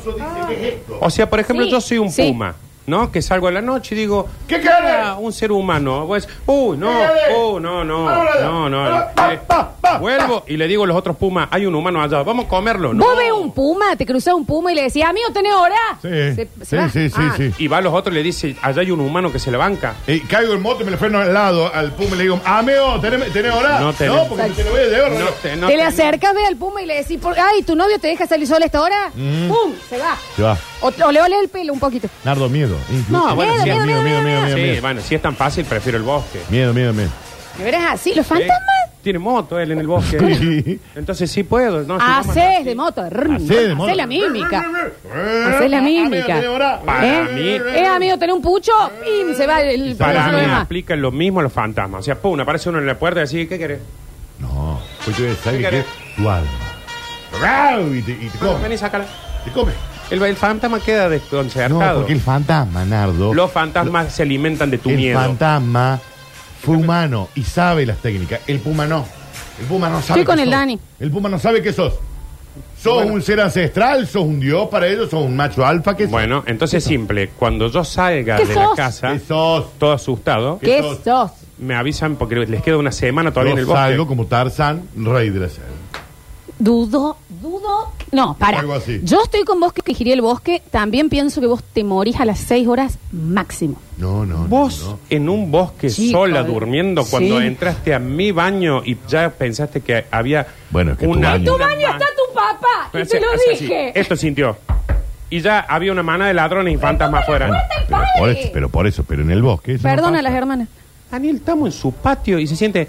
[SPEAKER 5] o sea, por ejemplo,
[SPEAKER 4] Sí.
[SPEAKER 5] yo soy un
[SPEAKER 2] Sí.
[SPEAKER 5] puma, ¿no? Que salgo a la noche y digo,
[SPEAKER 3] ¿Qué
[SPEAKER 5] mira,
[SPEAKER 3] querés?
[SPEAKER 5] Un ser humano. Pues, uy, no,
[SPEAKER 3] querés?
[SPEAKER 5] uy, no, no,
[SPEAKER 3] Ahora,
[SPEAKER 5] no, no.
[SPEAKER 3] ahora, pa,
[SPEAKER 5] Eh,
[SPEAKER 3] pa, pa,
[SPEAKER 5] Vuelvo y le digo a los otros pumas, hay un humano allá, vamos a comerlo, ¿no?
[SPEAKER 2] Vos ves un puma, te cruzás un puma y le decís, amigo, ¿tenés hora?
[SPEAKER 3] Sí,
[SPEAKER 2] Se- se va.
[SPEAKER 3] sí, sí, sí,
[SPEAKER 2] Ah,
[SPEAKER 3] sí.
[SPEAKER 5] Y va a los otros y le dice, allá hay un humano que se la banca.
[SPEAKER 3] Y caigo en moto y me lo freno al lado, al pum, y le digo, amigo, ¿tenés, tenés hora?
[SPEAKER 5] No tenés.
[SPEAKER 3] porque te lo voy a llevar.
[SPEAKER 5] No,
[SPEAKER 3] reloj.
[SPEAKER 5] te- no
[SPEAKER 2] te le
[SPEAKER 5] te-
[SPEAKER 2] acercas, ve al puma y le decís, por- ay, ¿tu novio te deja salir sola a esta hora?
[SPEAKER 5] Mm.
[SPEAKER 2] ¡Pum! Se va.
[SPEAKER 3] Se va.
[SPEAKER 2] O, o le olé el pelo un poquito.
[SPEAKER 3] Nardo, miedo. incluso.
[SPEAKER 5] No, bueno, sí,
[SPEAKER 3] miedo, miedo, miedo, miedo, miedo,
[SPEAKER 5] Sí,
[SPEAKER 3] miedo.
[SPEAKER 5] bueno, si es tan fácil, prefiero el bosque.
[SPEAKER 3] Miedo, miedo, miedo.
[SPEAKER 2] ¿Me verás así? ¿Los fantasmas?
[SPEAKER 5] Eh, Tiene moto él en el bosque.
[SPEAKER 2] [LAUGHS]
[SPEAKER 3] Sí.
[SPEAKER 5] Entonces sí puedo. No, si no,
[SPEAKER 2] Haces de moto. rrr,
[SPEAKER 3] Hacé de moto.
[SPEAKER 2] Hacés la
[SPEAKER 3] [LAUGHS]
[SPEAKER 2] mímica.
[SPEAKER 3] Hacé
[SPEAKER 2] la mímica.
[SPEAKER 3] ¿tenés hora?
[SPEAKER 5] Para
[SPEAKER 2] ¿Eh?
[SPEAKER 5] mí-
[SPEAKER 2] ¿Eh, amigo, tenés un pucho? ¡Pim! Se va el el
[SPEAKER 5] Para mí
[SPEAKER 2] problema.
[SPEAKER 5] aplican lo mismo a los fantasmas. O sea, pum, aparece uno en la puerta y así, ¿qué querés?
[SPEAKER 3] No, pues yo sabes
[SPEAKER 5] ¿Qué
[SPEAKER 3] que
[SPEAKER 5] querés?
[SPEAKER 3] es tu alma. ¡Rau! Y te, y te
[SPEAKER 5] Vení,
[SPEAKER 3] come,
[SPEAKER 5] sácala.
[SPEAKER 3] te come.
[SPEAKER 5] El, el fantasma queda
[SPEAKER 3] No,
[SPEAKER 5] desconcertado.
[SPEAKER 3] porque el fantasma, Nardo.
[SPEAKER 5] Los fantasmas se alimentan de tu
[SPEAKER 3] el
[SPEAKER 5] miedo.
[SPEAKER 3] fantasma fue humano y sabe las técnicas. El puma no. El puma no sabe.
[SPEAKER 2] Estoy con
[SPEAKER 3] qué
[SPEAKER 2] el
[SPEAKER 3] sos.
[SPEAKER 2] Dani.
[SPEAKER 3] El puma no sabe qué sos. Sos un ser ancestral, sos un dios para ellos, sos un macho alfa. ¿Qué sos?
[SPEAKER 5] Bueno, entonces es simple. Cuando yo salga
[SPEAKER 2] ¿Qué
[SPEAKER 5] de
[SPEAKER 2] sos?
[SPEAKER 5] la casa,
[SPEAKER 3] ¿Qué sos?
[SPEAKER 5] todo asustado,
[SPEAKER 2] ¿Qué
[SPEAKER 3] sos?
[SPEAKER 2] sos?
[SPEAKER 5] me avisan porque les queda una semana todavía
[SPEAKER 3] Yo
[SPEAKER 5] en el bosque.
[SPEAKER 3] salgo como Tarzán, rey de la selva.
[SPEAKER 2] Dudo, dudo. No, para.
[SPEAKER 3] Algo así.
[SPEAKER 2] Yo estoy con vos que elegiría el bosque. También pienso que vos te morís a las seis horas máximo.
[SPEAKER 3] No, no, no,
[SPEAKER 5] Vos
[SPEAKER 3] no.
[SPEAKER 5] en un bosque
[SPEAKER 2] Chico,
[SPEAKER 5] sola
[SPEAKER 2] eh.
[SPEAKER 5] durmiendo cuando
[SPEAKER 2] Sí.
[SPEAKER 5] entraste a mi baño y ya pensaste que había
[SPEAKER 3] Bueno, es que tu
[SPEAKER 5] una
[SPEAKER 3] baño- En tu
[SPEAKER 5] una
[SPEAKER 4] baño
[SPEAKER 5] man-
[SPEAKER 4] está tu papá! ¡Y
[SPEAKER 5] Hace-
[SPEAKER 4] te lo
[SPEAKER 5] hace así.
[SPEAKER 4] dije!
[SPEAKER 5] Esto sintió. Y ya había una manada de ladrones y fantasmas afuera.
[SPEAKER 3] Pero por, eso, pero por eso, pero en el bosque. eso no
[SPEAKER 2] Perdona
[SPEAKER 3] pasa.
[SPEAKER 2] a las hermanas.
[SPEAKER 5] Daniel, estamos en su patio y se siente.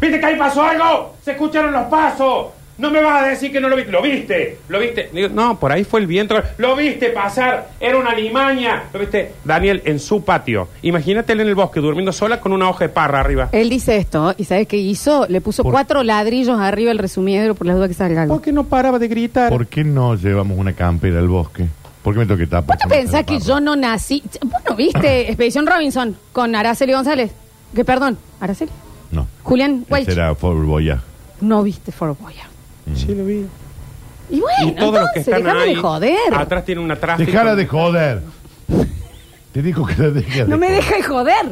[SPEAKER 5] ¿Viste que ahí pasó algo? Se escucharon los pasos. No me vas a decir que no lo viste. Lo viste. Lo viste. Digo, no, por ahí fue el viento. Lo viste pasar. Era una limaña. Lo viste. Daniel, en su patio. Imagínate él en el bosque durmiendo sola con una hoja de parra arriba.
[SPEAKER 2] Él dice esto, ¿y sabes qué hizo? Le puso
[SPEAKER 3] Por-
[SPEAKER 2] cuatro ladrillos arriba al resumidero por la duda que salga algo.
[SPEAKER 5] ¿Por qué no paraba de gritar?
[SPEAKER 3] ¿Por qué no llevamos una campera al bosque? ¿Por qué me tengo que tapar?
[SPEAKER 2] ¿Vos te pensás que yo no nací? Ch- ¿Vos no
[SPEAKER 3] [COUGHS]
[SPEAKER 2] viste Expedición Robinson con Araceli González? Que perdón, Araceli.
[SPEAKER 3] No.
[SPEAKER 2] Julián
[SPEAKER 3] Ese
[SPEAKER 2] Welch.
[SPEAKER 3] era Fort Boyard.
[SPEAKER 2] No viste Fort Boyard.
[SPEAKER 5] Sí, lo vi.
[SPEAKER 2] Y bueno,
[SPEAKER 5] y todos los que
[SPEAKER 2] entonces,
[SPEAKER 5] están
[SPEAKER 2] déjame
[SPEAKER 5] ahí.
[SPEAKER 2] de joder.
[SPEAKER 5] Atrás tiene una tráfico.
[SPEAKER 3] Dejala de joder. Te digo que la dejes.
[SPEAKER 2] No me
[SPEAKER 3] joder.
[SPEAKER 2] deja de joder.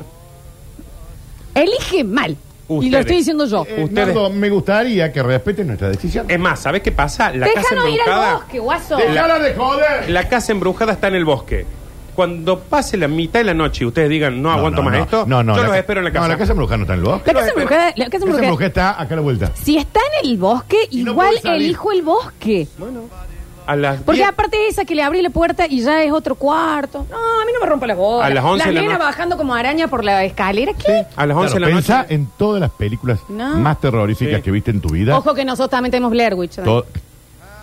[SPEAKER 2] Elige mal. Y lo
[SPEAKER 5] Ustedes.
[SPEAKER 2] estoy diciendo yo.
[SPEAKER 3] Eh,
[SPEAKER 5] Ustedes- Eh,
[SPEAKER 3] Nardo, me gustaría que respeten nuestra decisión.
[SPEAKER 5] Es más, ¿sabes qué pasa? La casa
[SPEAKER 2] Déjanos ir
[SPEAKER 5] embrujada.
[SPEAKER 2] al bosque, guaso.
[SPEAKER 3] ¡Dejala de joder!
[SPEAKER 5] La casa embrujada está en el bosque. Cuando pase la mitad de la noche y ustedes digan, no, aguanto
[SPEAKER 3] No, no,
[SPEAKER 5] más
[SPEAKER 3] no.
[SPEAKER 5] esto,
[SPEAKER 3] No, no.
[SPEAKER 5] yo
[SPEAKER 3] la
[SPEAKER 5] los
[SPEAKER 3] ca-
[SPEAKER 5] espero en la casa.
[SPEAKER 3] No, la casa embrujada no está en el bosque.
[SPEAKER 2] La casa embrujada, la casa
[SPEAKER 3] La casa
[SPEAKER 2] embrujada-
[SPEAKER 3] embrujada está acá a la vuelta.
[SPEAKER 2] Si está en el bosque,
[SPEAKER 3] Y no
[SPEAKER 2] igual
[SPEAKER 3] puede salir.
[SPEAKER 2] elijo el bosque.
[SPEAKER 5] Bueno, a las
[SPEAKER 2] Porque
[SPEAKER 5] 10,
[SPEAKER 2] aparte de esa que le abrí la puerta y ya es otro cuarto. No, a mí no me rompa las bolas.
[SPEAKER 5] A las 11 de la
[SPEAKER 2] nenas
[SPEAKER 5] noche.
[SPEAKER 2] bajando como araña por la escalera. ¿Qué?
[SPEAKER 5] a las 11
[SPEAKER 3] Claro,
[SPEAKER 5] de la
[SPEAKER 3] pensá
[SPEAKER 5] noche.
[SPEAKER 3] en todas las películas
[SPEAKER 2] No.
[SPEAKER 3] más terroríficas
[SPEAKER 5] Sí.
[SPEAKER 3] que viste en tu vida.
[SPEAKER 2] Ojo que nosotros también tenemos Blair Witch. ¿no?
[SPEAKER 3] To-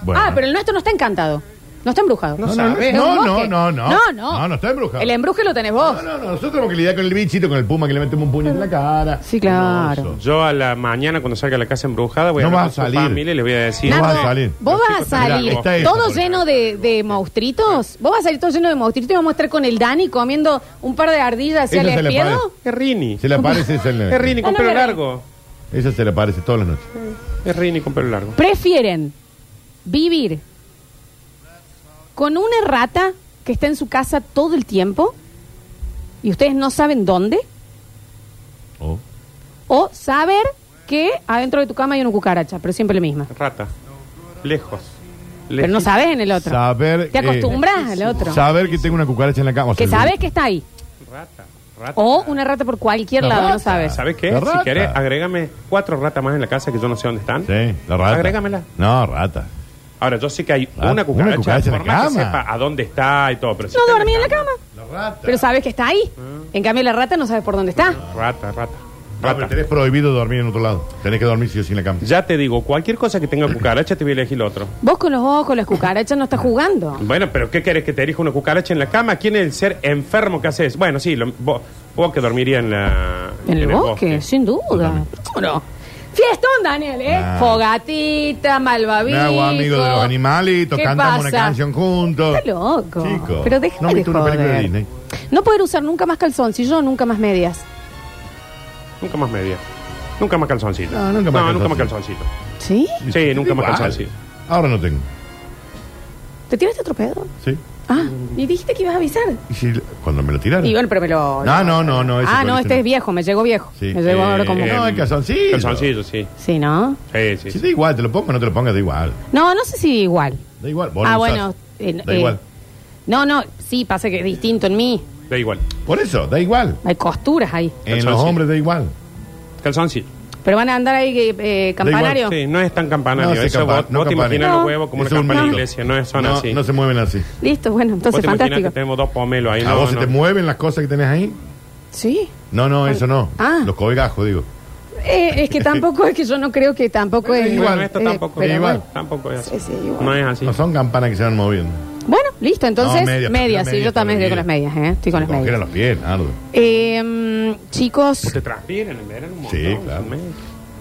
[SPEAKER 3] Bueno.
[SPEAKER 2] Ah, pero el nuestro no está encantado. No está embrujado.
[SPEAKER 3] No,
[SPEAKER 5] No,
[SPEAKER 3] no,
[SPEAKER 5] sabes.
[SPEAKER 2] Es un
[SPEAKER 3] no, no,
[SPEAKER 2] bosque.
[SPEAKER 3] no, no.
[SPEAKER 2] No, no.
[SPEAKER 3] No, no está embrujado.
[SPEAKER 2] El embruje lo tenés vos.
[SPEAKER 3] No, no, no, nosotros tenemos que lidiar con el bichito, con el puma que le metemos un puño en la cara.
[SPEAKER 2] Sí, claro.
[SPEAKER 3] Un oso.
[SPEAKER 5] Yo a la mañana, cuando salga a la casa embrujada, voy
[SPEAKER 3] No
[SPEAKER 5] a hablar
[SPEAKER 3] vas
[SPEAKER 5] con
[SPEAKER 3] a
[SPEAKER 5] su
[SPEAKER 3] salir.
[SPEAKER 5] familia y les voy a decir.
[SPEAKER 3] No
[SPEAKER 2] Nardo,
[SPEAKER 3] vas a salir.
[SPEAKER 2] Vos
[SPEAKER 5] Los
[SPEAKER 2] vas a
[SPEAKER 5] chicos también,
[SPEAKER 2] salir
[SPEAKER 5] mirá,
[SPEAKER 3] está esta,
[SPEAKER 2] todo
[SPEAKER 3] por
[SPEAKER 2] lleno de, de maustritos. Vos vas a salir todo lleno de maustritos y vamos a estar con el Dani comiendo un par de ardillas hacia el
[SPEAKER 3] Ella se le
[SPEAKER 2] espiedo.
[SPEAKER 5] Es Rini.
[SPEAKER 3] Se le aparece esa en la-
[SPEAKER 5] Es Rini con
[SPEAKER 4] No, no,
[SPEAKER 5] pelo
[SPEAKER 4] no, no.
[SPEAKER 5] largo.
[SPEAKER 3] Esa se le aparece todas las noches.
[SPEAKER 5] Es Rini con pelo largo.
[SPEAKER 2] Prefieren vivir con una rata que está en su casa todo el tiempo y ustedes no saben dónde
[SPEAKER 3] Oh.
[SPEAKER 2] o saber que adentro de tu cama hay una cucaracha, pero siempre la misma.
[SPEAKER 5] Rata. Lejos.
[SPEAKER 2] Pero no
[SPEAKER 5] Lejísimo.
[SPEAKER 2] sabes en el otro.
[SPEAKER 3] Saber,
[SPEAKER 2] Te
[SPEAKER 3] eh,
[SPEAKER 2] acostumbras al otro.
[SPEAKER 3] Saber que tengo una cucaracha en la cama. o sea,
[SPEAKER 2] Que sabes que está ahí.
[SPEAKER 5] Rata. Rata.
[SPEAKER 2] O una rata por cualquier
[SPEAKER 3] La
[SPEAKER 2] lado, no
[SPEAKER 3] rata.
[SPEAKER 2] sabes.
[SPEAKER 5] ¿Sabes qué?
[SPEAKER 3] La
[SPEAKER 5] Si
[SPEAKER 3] rata.
[SPEAKER 5] querés, agrégame cuatro ratas más en la casa que yo no sé dónde están.
[SPEAKER 3] Sí, la rata.
[SPEAKER 5] Agrégamela.
[SPEAKER 3] No, rata.
[SPEAKER 5] Ahora, yo sé que hay
[SPEAKER 3] Rata.
[SPEAKER 5] una cucaracha,
[SPEAKER 3] Ah, Una cucaracha en
[SPEAKER 5] por
[SPEAKER 3] la
[SPEAKER 5] más que
[SPEAKER 3] cama.
[SPEAKER 5] sepa a dónde está y todo. Pero si
[SPEAKER 2] No
[SPEAKER 5] está
[SPEAKER 2] dormí en la cama.
[SPEAKER 3] La rata. Mm.
[SPEAKER 2] Pero sabes que está ahí. En cambio, la rata no sabes por dónde está.
[SPEAKER 5] Rata, rata.
[SPEAKER 3] No, pero tenés prohibido dormir en otro lado. Tenés que dormir si o sí en la cama.
[SPEAKER 5] Ya te digo, cualquier cosa que tenga cucaracha te voy a elegir otro.
[SPEAKER 2] Vos con los ojos, con las cucarachas no estás jugando.
[SPEAKER 5] Bueno, pero ¿qué querés que te erija una cucaracha en la cama? ¿Quién es el ser enfermo que haces? Bueno, sí, lo- vos, vos que dormiría en la.
[SPEAKER 2] En el bosque, sin duda. ¿Cómo no? Fiestón, Daniel, ¿eh?
[SPEAKER 3] Ah.
[SPEAKER 2] Fogatita,
[SPEAKER 3] Me
[SPEAKER 2] malvavico.
[SPEAKER 3] hago amigo de los animalitos,
[SPEAKER 2] ¿Qué
[SPEAKER 3] cantamos
[SPEAKER 2] pasa?
[SPEAKER 3] una canción juntos.
[SPEAKER 2] Está loco.
[SPEAKER 3] Chico,
[SPEAKER 2] Pero déjame
[SPEAKER 3] no
[SPEAKER 2] de
[SPEAKER 3] viste una película de
[SPEAKER 2] joder.
[SPEAKER 3] Disney.
[SPEAKER 2] No poder usar nunca más calzón, si yo nunca más medias.
[SPEAKER 5] Nunca más media. Nunca más calzoncito.
[SPEAKER 3] No, nunca más
[SPEAKER 5] calzoncito.
[SPEAKER 2] ¿Sí?
[SPEAKER 5] Sí, nunca más
[SPEAKER 3] Igual.
[SPEAKER 5] calzoncito.
[SPEAKER 3] Ahora no tengo.
[SPEAKER 2] ¿Te tiraste otro pedo?
[SPEAKER 3] ¿Sí?
[SPEAKER 2] Ah,
[SPEAKER 3] Mm.
[SPEAKER 2] y dijiste que ibas a avisar.
[SPEAKER 3] Y si, cuando me lo tiraron.
[SPEAKER 2] Y bueno, pero me lo.
[SPEAKER 3] No, no, no, no, ese
[SPEAKER 2] Ah,
[SPEAKER 3] con
[SPEAKER 2] no,
[SPEAKER 3] ese
[SPEAKER 2] este
[SPEAKER 3] no.
[SPEAKER 2] es viejo, me llegó viejo.
[SPEAKER 3] Sí,
[SPEAKER 2] Me llegó ahora
[SPEAKER 3] eh,
[SPEAKER 2] como.
[SPEAKER 3] No, el calzoncillo.
[SPEAKER 5] Calzoncillo, sí.
[SPEAKER 2] Sí, ¿no?
[SPEAKER 5] Sí, sí.
[SPEAKER 3] Si da igual, te lo pongo o no te lo pongas, da igual.
[SPEAKER 2] No, no sé si igual.
[SPEAKER 3] Da igual. vos
[SPEAKER 2] ah,
[SPEAKER 3] lo usás.
[SPEAKER 2] bueno. eh,
[SPEAKER 3] da
[SPEAKER 2] eh,
[SPEAKER 3] igual.
[SPEAKER 2] No, no, sí, pasa que es distinto en mí.
[SPEAKER 5] Da igual.
[SPEAKER 3] Por eso, da igual.
[SPEAKER 2] Hay costuras ahí.
[SPEAKER 3] En los
[SPEAKER 5] Calzoncillo.
[SPEAKER 3] hombres da igual.
[SPEAKER 5] Calzoncillo.
[SPEAKER 2] Pero van a andar ahí eh, campanario.
[SPEAKER 5] Sí, no es tan campanario.
[SPEAKER 3] No, sí,
[SPEAKER 5] Eso
[SPEAKER 3] campa-
[SPEAKER 5] vos,
[SPEAKER 3] no
[SPEAKER 5] vos te
[SPEAKER 3] campanario.
[SPEAKER 5] imaginas
[SPEAKER 2] No.
[SPEAKER 5] los huevos como
[SPEAKER 3] Es
[SPEAKER 5] una
[SPEAKER 3] un
[SPEAKER 5] campana
[SPEAKER 3] mito.
[SPEAKER 5] iglesia. No es- son
[SPEAKER 3] no,
[SPEAKER 5] así.
[SPEAKER 3] No se mueven así.
[SPEAKER 2] Listo, bueno,
[SPEAKER 5] vos
[SPEAKER 2] entonces
[SPEAKER 5] te imaginas
[SPEAKER 2] fantástico.
[SPEAKER 5] que tenemos dos pomelos ahí.
[SPEAKER 3] ¿A
[SPEAKER 5] no,
[SPEAKER 3] vos se
[SPEAKER 5] no.
[SPEAKER 3] te mueven las cosas que tenés ahí?
[SPEAKER 2] Sí.
[SPEAKER 3] No, no, eso no.
[SPEAKER 2] Ah.
[SPEAKER 3] Los colgajos, digo.
[SPEAKER 2] Eh, es que tampoco es que yo no creo que tampoco
[SPEAKER 3] Bueno,
[SPEAKER 2] es.
[SPEAKER 3] igual,
[SPEAKER 5] Bueno, esto
[SPEAKER 2] eh,
[SPEAKER 5] tampoco
[SPEAKER 2] pero
[SPEAKER 5] es
[SPEAKER 3] igual.
[SPEAKER 2] bueno.
[SPEAKER 5] Tampoco es así.
[SPEAKER 2] Sí, sí, igual.
[SPEAKER 5] No es así.
[SPEAKER 3] No son campanas que se van moviendo.
[SPEAKER 2] Bueno, listo, entonces.
[SPEAKER 3] No,
[SPEAKER 2] medias,
[SPEAKER 3] medias,
[SPEAKER 2] sí,
[SPEAKER 3] medias,
[SPEAKER 2] yo también estoy con las
[SPEAKER 3] medias.
[SPEAKER 2] medias, ¿eh? Estoy con las
[SPEAKER 3] Se
[SPEAKER 2] medias.
[SPEAKER 3] congelan los pies, Nardo.
[SPEAKER 2] Eh, mm, chicos,
[SPEAKER 5] Te transpiran Pues en verano un montón.
[SPEAKER 3] Sí, claro.
[SPEAKER 5] un mes.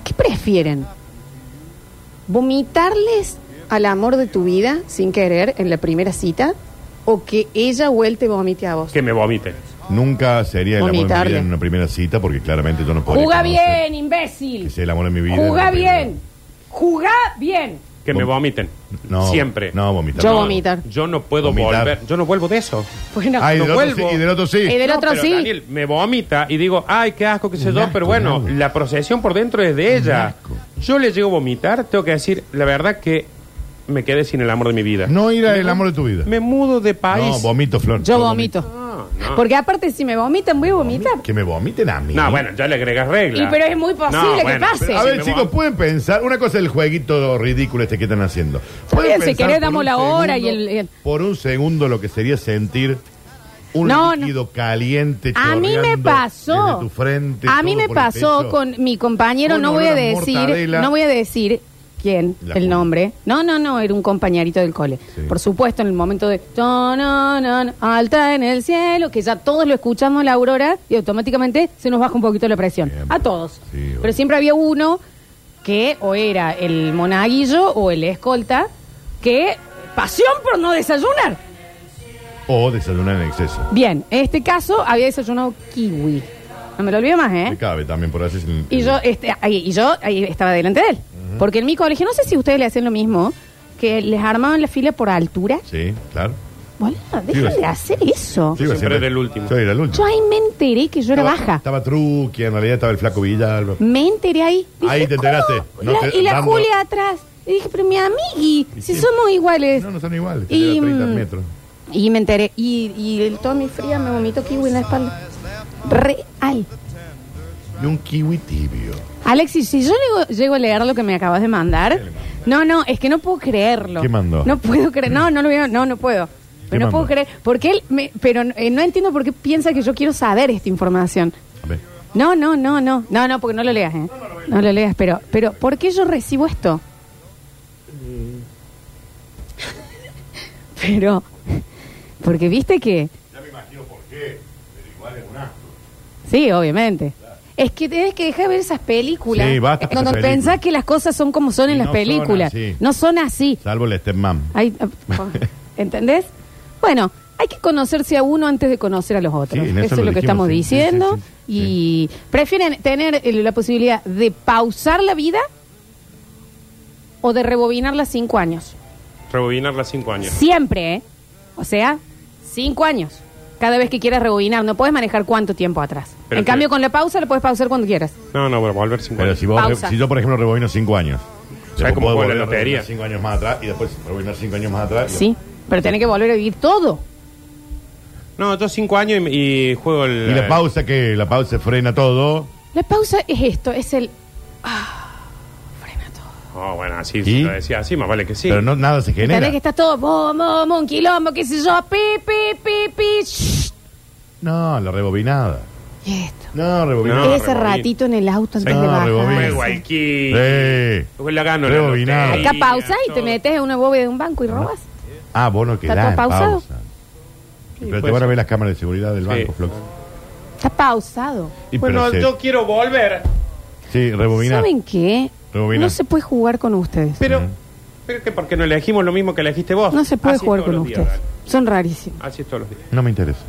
[SPEAKER 2] ¿qué prefieren? ¿Vomitarles al amor de tu vida sin querer en la primera cita? ¿O que ella o él te vomite a vos?
[SPEAKER 5] Que me vomite.
[SPEAKER 3] Nunca sería el amor de mi
[SPEAKER 2] Vomitarle.
[SPEAKER 3] vida en una primera cita porque claramente yo no podría.
[SPEAKER 2] ¡Juga
[SPEAKER 3] conocer
[SPEAKER 2] bien,
[SPEAKER 3] Que
[SPEAKER 2] imbécil!
[SPEAKER 3] sea el amor de mi vida. en
[SPEAKER 2] ¡Juga
[SPEAKER 3] una primera-
[SPEAKER 2] bien! ¡Juga bien! [LAUGHS]
[SPEAKER 5] Que me
[SPEAKER 3] Vom-
[SPEAKER 5] vomiten.
[SPEAKER 3] No.
[SPEAKER 5] Siempre.
[SPEAKER 3] No, vomitar.
[SPEAKER 2] Yo
[SPEAKER 3] no.
[SPEAKER 2] vomito. vomitar.
[SPEAKER 5] Yo no puedo
[SPEAKER 3] Vomitar.
[SPEAKER 5] volver. Yo no vuelvo de eso.
[SPEAKER 2] Bueno,
[SPEAKER 3] Ah, y del
[SPEAKER 5] No
[SPEAKER 3] otro sí,
[SPEAKER 5] vuelvo.
[SPEAKER 3] y del otro
[SPEAKER 2] y
[SPEAKER 3] sí.
[SPEAKER 2] del
[SPEAKER 5] No,
[SPEAKER 2] otro
[SPEAKER 5] pero,
[SPEAKER 2] sí.
[SPEAKER 5] Daniel, me vomita y digo, ay, qué asco, qué sé
[SPEAKER 3] Un
[SPEAKER 5] yo,
[SPEAKER 3] asco,
[SPEAKER 5] pero bueno,
[SPEAKER 3] Nardo.
[SPEAKER 5] la procesión por dentro es de ella.
[SPEAKER 3] asco.
[SPEAKER 5] Yo le llego a vomitar, tengo que decir, la verdad que me quedé sin el amor de mi vida.
[SPEAKER 3] No ir al amor de tu vida.
[SPEAKER 5] Me mudo de
[SPEAKER 3] No,
[SPEAKER 5] país.
[SPEAKER 3] vomito, Flor.
[SPEAKER 2] Yo vomito.
[SPEAKER 5] No, no.
[SPEAKER 2] Porque aparte, si me vomitan, voy a vomitar.
[SPEAKER 3] Que me vomiten a mí.
[SPEAKER 5] No, bueno, ya le agregas reglas.
[SPEAKER 2] Y pero es muy posible que pase.
[SPEAKER 5] pero
[SPEAKER 3] A
[SPEAKER 5] si
[SPEAKER 3] ver,
[SPEAKER 5] me
[SPEAKER 3] chicos,
[SPEAKER 5] voy-
[SPEAKER 3] pueden pensar. Una cosa es el jueguito ridículo este que están haciendo. Pueden
[SPEAKER 2] bien, si
[SPEAKER 3] pensar
[SPEAKER 2] querés
[SPEAKER 3] por
[SPEAKER 2] damos
[SPEAKER 3] un
[SPEAKER 2] la hora y el- el-
[SPEAKER 3] Por un segundo lo que sería sentir un
[SPEAKER 2] No, no.
[SPEAKER 3] líquido caliente
[SPEAKER 2] A mí me
[SPEAKER 3] chorreando
[SPEAKER 2] pasó.
[SPEAKER 3] desde tu frente,
[SPEAKER 2] a mí
[SPEAKER 3] todo
[SPEAKER 2] me
[SPEAKER 3] por el
[SPEAKER 2] pasó
[SPEAKER 3] pecho.
[SPEAKER 2] con mi compañero,
[SPEAKER 3] Un
[SPEAKER 2] no voy a
[SPEAKER 3] olor a
[SPEAKER 2] decir,
[SPEAKER 3] mortadela.
[SPEAKER 2] no voy a decir quién,
[SPEAKER 3] La
[SPEAKER 2] el
[SPEAKER 3] cuna.
[SPEAKER 2] nombre. No, no, no, era un compañerito del cole.
[SPEAKER 3] Sí.
[SPEAKER 2] Por supuesto, en el momento de no, no, no, no, alta en el cielo, que ya todos lo escuchamos la aurora y automáticamente se nos baja un poquito la presión.
[SPEAKER 3] Siempre.
[SPEAKER 2] A todos.
[SPEAKER 3] Sí, obvio.
[SPEAKER 2] Pero siempre había uno que o era el monaguillo o el escolta que pasión por no desayunar.
[SPEAKER 3] O desayunar en exceso.
[SPEAKER 2] Bien, en este caso había desayunado kiwi. No me lo olvido más, ¿eh?
[SPEAKER 3] Me cabe también por hacer sin-
[SPEAKER 2] Y yo, este, ahí, y yo ahí estaba delante de él. Porque en mi colegio, no sé si ustedes le hacen lo mismo, que les armaban la fila por altura.
[SPEAKER 3] Sí, claro.
[SPEAKER 2] Bueno,
[SPEAKER 3] Sí,
[SPEAKER 2] dejen
[SPEAKER 3] sí.
[SPEAKER 2] de hacer eso.
[SPEAKER 3] Sí, iba
[SPEAKER 5] siempre
[SPEAKER 3] siempre.
[SPEAKER 5] era el último.
[SPEAKER 3] Yo era el último.
[SPEAKER 2] Yo ahí me enteré que yo era
[SPEAKER 3] Estaba-
[SPEAKER 2] baja.
[SPEAKER 3] Estaba Truqui, en realidad estaba el flaco Villalba.
[SPEAKER 2] Me enteré ahí.
[SPEAKER 3] Ahí te
[SPEAKER 2] ¿cómo?
[SPEAKER 3] enteraste. No
[SPEAKER 2] La-
[SPEAKER 3] te-
[SPEAKER 2] y la
[SPEAKER 3] dando-
[SPEAKER 2] Julia atrás. Y dije, pero mi amigui,
[SPEAKER 3] ¿Y
[SPEAKER 2] si
[SPEAKER 3] qué?
[SPEAKER 2] somos iguales.
[SPEAKER 3] No, no son iguales.
[SPEAKER 2] Y,
[SPEAKER 3] Y... 30
[SPEAKER 2] mm,
[SPEAKER 3] metros.
[SPEAKER 2] Y me enteré. Y, y el Tommy Fría me vomitó kiwi en la espalda. Real.
[SPEAKER 3] Y un kiwi tibio.
[SPEAKER 2] Alexis, si yo llego, llego a leer lo que me acabas de mandar, no, no, es que no puedo creerlo.
[SPEAKER 3] ¿Qué mandó?
[SPEAKER 2] No puedo creer, no, no lo veo, no, no puedo.
[SPEAKER 3] ¿Qué
[SPEAKER 2] Pero no
[SPEAKER 3] mandó?
[SPEAKER 2] puedo creer, porque él, me- pero eh, no entiendo por qué piensa que yo quiero saber esta información.
[SPEAKER 3] A ver.
[SPEAKER 2] No, no, no, no, no, no, porque no lo leas, ¿eh? No lo leas, pero, pero, ¿por qué yo recibo esto?
[SPEAKER 3] Mm.
[SPEAKER 2] pero, porque viste que,
[SPEAKER 3] Ya me imagino por qué, pero igual es un asco.
[SPEAKER 2] sí, obviamente. Es que tenés que dejar de ver esas películas.
[SPEAKER 3] Sí, basta con
[SPEAKER 2] Cuando
[SPEAKER 3] esas películas.
[SPEAKER 2] pensás que las cosas son como son en
[SPEAKER 3] Y
[SPEAKER 2] las
[SPEAKER 3] no son
[SPEAKER 2] películas.
[SPEAKER 3] así.
[SPEAKER 2] No son así.
[SPEAKER 3] Salvo el stepmom.
[SPEAKER 2] Hay- ah,
[SPEAKER 3] [LAUGHS]
[SPEAKER 2] ¿Entendés? Bueno, hay que conocerse a uno antes de conocer a los otros.
[SPEAKER 3] Sí, en
[SPEAKER 2] eso,
[SPEAKER 3] eso
[SPEAKER 2] es lo,
[SPEAKER 3] lo
[SPEAKER 2] que estamos
[SPEAKER 3] dijimos, sí, sí,
[SPEAKER 2] diciendo.
[SPEAKER 3] sí, sí, sí.
[SPEAKER 2] Y prefieren tener eh, la posibilidad de pausar la vida o de rebobinarla cinco años.
[SPEAKER 5] Rebobinarla cinco años.
[SPEAKER 2] Siempre, ¿eh? O sea, cinco años. Cada vez que quieras rebobinar, no puedes manejar cuánto tiempo atrás.
[SPEAKER 5] Pero
[SPEAKER 2] en
[SPEAKER 5] que-
[SPEAKER 2] cambio, con la pausa la puedes pausar cuando quieras.
[SPEAKER 5] No, no, bueno, volver cinco
[SPEAKER 3] Pero
[SPEAKER 5] años.
[SPEAKER 3] si, vos,
[SPEAKER 2] Pausa.
[SPEAKER 3] si yo, por ejemplo, rebobino 5 años. después
[SPEAKER 5] cómo
[SPEAKER 3] puedo
[SPEAKER 5] juego la
[SPEAKER 3] volver a
[SPEAKER 5] lotería?
[SPEAKER 3] rebobinar cinco años más atrás y después rebobinar 5 años más atrás. y-
[SPEAKER 2] Sí, pero tenés que volver a vivir todo.
[SPEAKER 5] No, yo cinco años y, y juego el.
[SPEAKER 3] Y la
[SPEAKER 5] eh,
[SPEAKER 3] pausa que la pausa frena todo.
[SPEAKER 2] La pausa es esto, es el... ah, frena todo.
[SPEAKER 5] Oh, bueno, así
[SPEAKER 3] ¿Y?
[SPEAKER 5] lo decía, así más vale que sí.
[SPEAKER 3] Pero no, nada se genera.
[SPEAKER 2] Tenés que estar todo, bom, bom, un quilombo, qué sé yo, pi, pi, pi, pi, shh.
[SPEAKER 3] No, la rebobinada.
[SPEAKER 2] Y esto.
[SPEAKER 3] No, rebobina.
[SPEAKER 5] No,
[SPEAKER 2] Ese
[SPEAKER 5] rebobina.
[SPEAKER 2] ratito en el auto antes
[SPEAKER 3] No,
[SPEAKER 2] de bajar.
[SPEAKER 3] rebobina.
[SPEAKER 5] Fue
[SPEAKER 3] Sí.
[SPEAKER 5] Guayquil.
[SPEAKER 3] Sí.
[SPEAKER 5] Fue la gano la
[SPEAKER 3] Rebobinado.
[SPEAKER 5] lotería,
[SPEAKER 2] Acá pausa y te
[SPEAKER 5] todo.
[SPEAKER 2] metes en una bóveda de un banco y robas.
[SPEAKER 3] Ah, vos no quedás
[SPEAKER 2] todo
[SPEAKER 3] en
[SPEAKER 2] pausado?
[SPEAKER 3] pausa. Pero te
[SPEAKER 5] puede
[SPEAKER 3] van a
[SPEAKER 5] ser.
[SPEAKER 3] ver las cámaras de seguridad del
[SPEAKER 5] Sí.
[SPEAKER 3] banco, Flox.
[SPEAKER 2] Está pausado.
[SPEAKER 3] Y
[SPEAKER 5] Bueno,
[SPEAKER 3] pero se-
[SPEAKER 5] yo quiero volver.
[SPEAKER 3] Sí, rebobinar.
[SPEAKER 2] ¿Saben qué?
[SPEAKER 3] Rebobina.
[SPEAKER 2] No se puede jugar con ustedes.
[SPEAKER 5] Pero,
[SPEAKER 3] Ujú.
[SPEAKER 5] pero que porque no elegimos lo mismo que elegiste vos.
[SPEAKER 2] No se puede
[SPEAKER 5] Así es
[SPEAKER 2] jugar
[SPEAKER 5] Ah, todos
[SPEAKER 2] con
[SPEAKER 5] los días,
[SPEAKER 2] ustedes. Son rarísimos.
[SPEAKER 5] Dani. Así es todos los días.
[SPEAKER 3] No me interesa.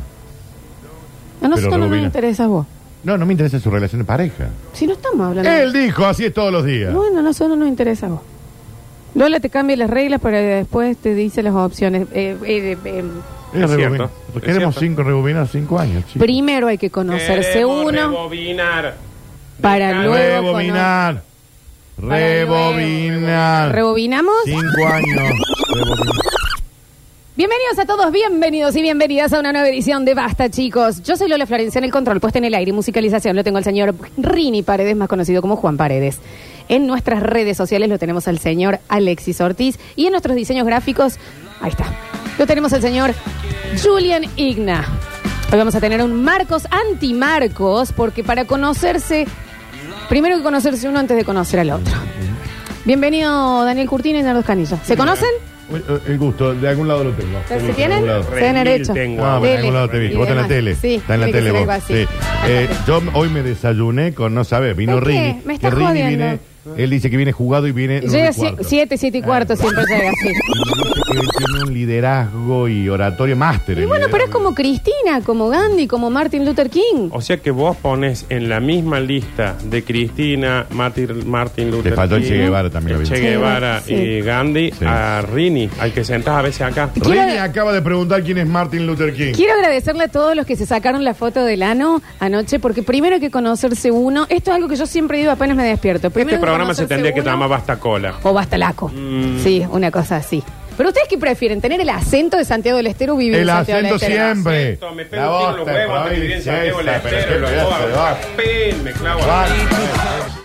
[SPEAKER 2] A nosotros no nos
[SPEAKER 3] rebobina.
[SPEAKER 2] interesa vos.
[SPEAKER 3] No, no me interesa su relación de pareja.
[SPEAKER 2] Si no estamos hablando.
[SPEAKER 3] Él dijo, así es todos los días.
[SPEAKER 2] Bueno, a nosotros no nos interesa vos. Lola te cambia las reglas para después te dice las opciones. Eh, eh, eh,
[SPEAKER 3] Es
[SPEAKER 5] Es
[SPEAKER 3] rebobina.
[SPEAKER 5] cierto, es
[SPEAKER 3] Queremos
[SPEAKER 5] cierto.
[SPEAKER 3] cinco rebobinar cinco años. chicos.
[SPEAKER 2] primero hay que conocerse
[SPEAKER 5] Queremos
[SPEAKER 2] uno
[SPEAKER 5] Rebobinar.
[SPEAKER 2] para
[SPEAKER 5] Dejar-
[SPEAKER 2] luego
[SPEAKER 3] Rebobinar.
[SPEAKER 2] Para luego.
[SPEAKER 3] Rebobinar.
[SPEAKER 2] ¿Rebobinamos?
[SPEAKER 3] Cinco años. Rebobinar.
[SPEAKER 2] Bienvenidos a todos, bienvenidos y bienvenidas a una nueva edición de Basta, chicos. Yo soy Lola Florencia en el control, puesta en el aire y musicalización. Lo tengo al señor Rini Paredes, más conocido como Juan Paredes. En nuestras redes sociales lo tenemos al señor Alexis Ortiz y en nuestros diseños gráficos, ahí está, lo tenemos al señor Julian Igna. Hoy vamos a tener un Marcos anti-Marcos, porque para conocerse, primero hay que conocerse uno antes de conocer al otro. Bienvenido Daniel Curtino y Nardo Canilla. ¿Se conocen?
[SPEAKER 3] Uy, eh, El gusto, de algún lado lo tengo.
[SPEAKER 2] ¿Se
[SPEAKER 3] De
[SPEAKER 2] tienen?
[SPEAKER 3] algún lado.
[SPEAKER 2] Se Ah, ven
[SPEAKER 5] Remil
[SPEAKER 2] derecho.
[SPEAKER 5] tengo.
[SPEAKER 3] No, pero en
[SPEAKER 2] Tele.
[SPEAKER 3] algún lado te vi.
[SPEAKER 2] Y
[SPEAKER 3] Vos está en la
[SPEAKER 2] demás.
[SPEAKER 3] tele.
[SPEAKER 2] Sí,
[SPEAKER 3] está en la
[SPEAKER 2] tiene que
[SPEAKER 3] tele
[SPEAKER 2] ser
[SPEAKER 3] vos.
[SPEAKER 2] algo así.
[SPEAKER 3] Sí. Eh, yo hoy me desayuné con, no sabes, vino
[SPEAKER 2] ¿Por qué?
[SPEAKER 3] Rini.
[SPEAKER 2] Me estás
[SPEAKER 3] que Rini
[SPEAKER 2] jodiendo.
[SPEAKER 3] viene- él dice que viene jugado y viene. nueve y
[SPEAKER 2] Llega
[SPEAKER 3] cuarto.
[SPEAKER 2] 7, 7 y cuarto, siempre llega así.
[SPEAKER 3] Y me dice que él tiene un liderazgo y oratorio máster.
[SPEAKER 2] Y
[SPEAKER 3] en
[SPEAKER 2] bueno, pero es
[SPEAKER 3] liderazgo.
[SPEAKER 2] como Cristina, como Gandhi, como Martin Luther King.
[SPEAKER 5] O sea que vos pones en la misma lista de Cristina, Martin, Martin Luther
[SPEAKER 3] Te faltó el
[SPEAKER 5] King,
[SPEAKER 3] Che Guevara también, lo vi.
[SPEAKER 5] Che Guevara
[SPEAKER 2] Sí.
[SPEAKER 5] y Gandhi
[SPEAKER 3] Sí.
[SPEAKER 5] a Rini, al que sentás a veces acá. Este
[SPEAKER 2] Te
[SPEAKER 3] Rini
[SPEAKER 2] Quiero-
[SPEAKER 3] acaba de preguntar quién es Martin Luther King.
[SPEAKER 2] Quiero agradecerle a todos los que se sacaron la foto del ano anoche, porque primero hay que conocerse uno. Esto es algo que yo siempre digo apenas me despierto. Primero
[SPEAKER 5] Este
[SPEAKER 2] hay que
[SPEAKER 5] programa se
[SPEAKER 2] conocerse
[SPEAKER 5] tendría que
[SPEAKER 2] uno
[SPEAKER 5] llamar Basta Cola.
[SPEAKER 2] O basta laco. Sí, una cosa así. Pero ustedes qué prefieren, tener el acento de Santiago del Estero o vivir en
[SPEAKER 3] El
[SPEAKER 2] Santiago del
[SPEAKER 3] acento
[SPEAKER 2] Estero?
[SPEAKER 3] siempre.
[SPEAKER 5] Me pego
[SPEAKER 3] La
[SPEAKER 5] un tiro en los
[SPEAKER 3] bosta,
[SPEAKER 5] huevos,
[SPEAKER 3] Fabi,
[SPEAKER 5] te diría en Santiago del
[SPEAKER 3] César, pero
[SPEAKER 5] Estero,
[SPEAKER 3] qué
[SPEAKER 5] lo
[SPEAKER 3] pedazo de
[SPEAKER 5] hago,
[SPEAKER 3] bosta.
[SPEAKER 5] papel, me clavo.
[SPEAKER 3] Basta.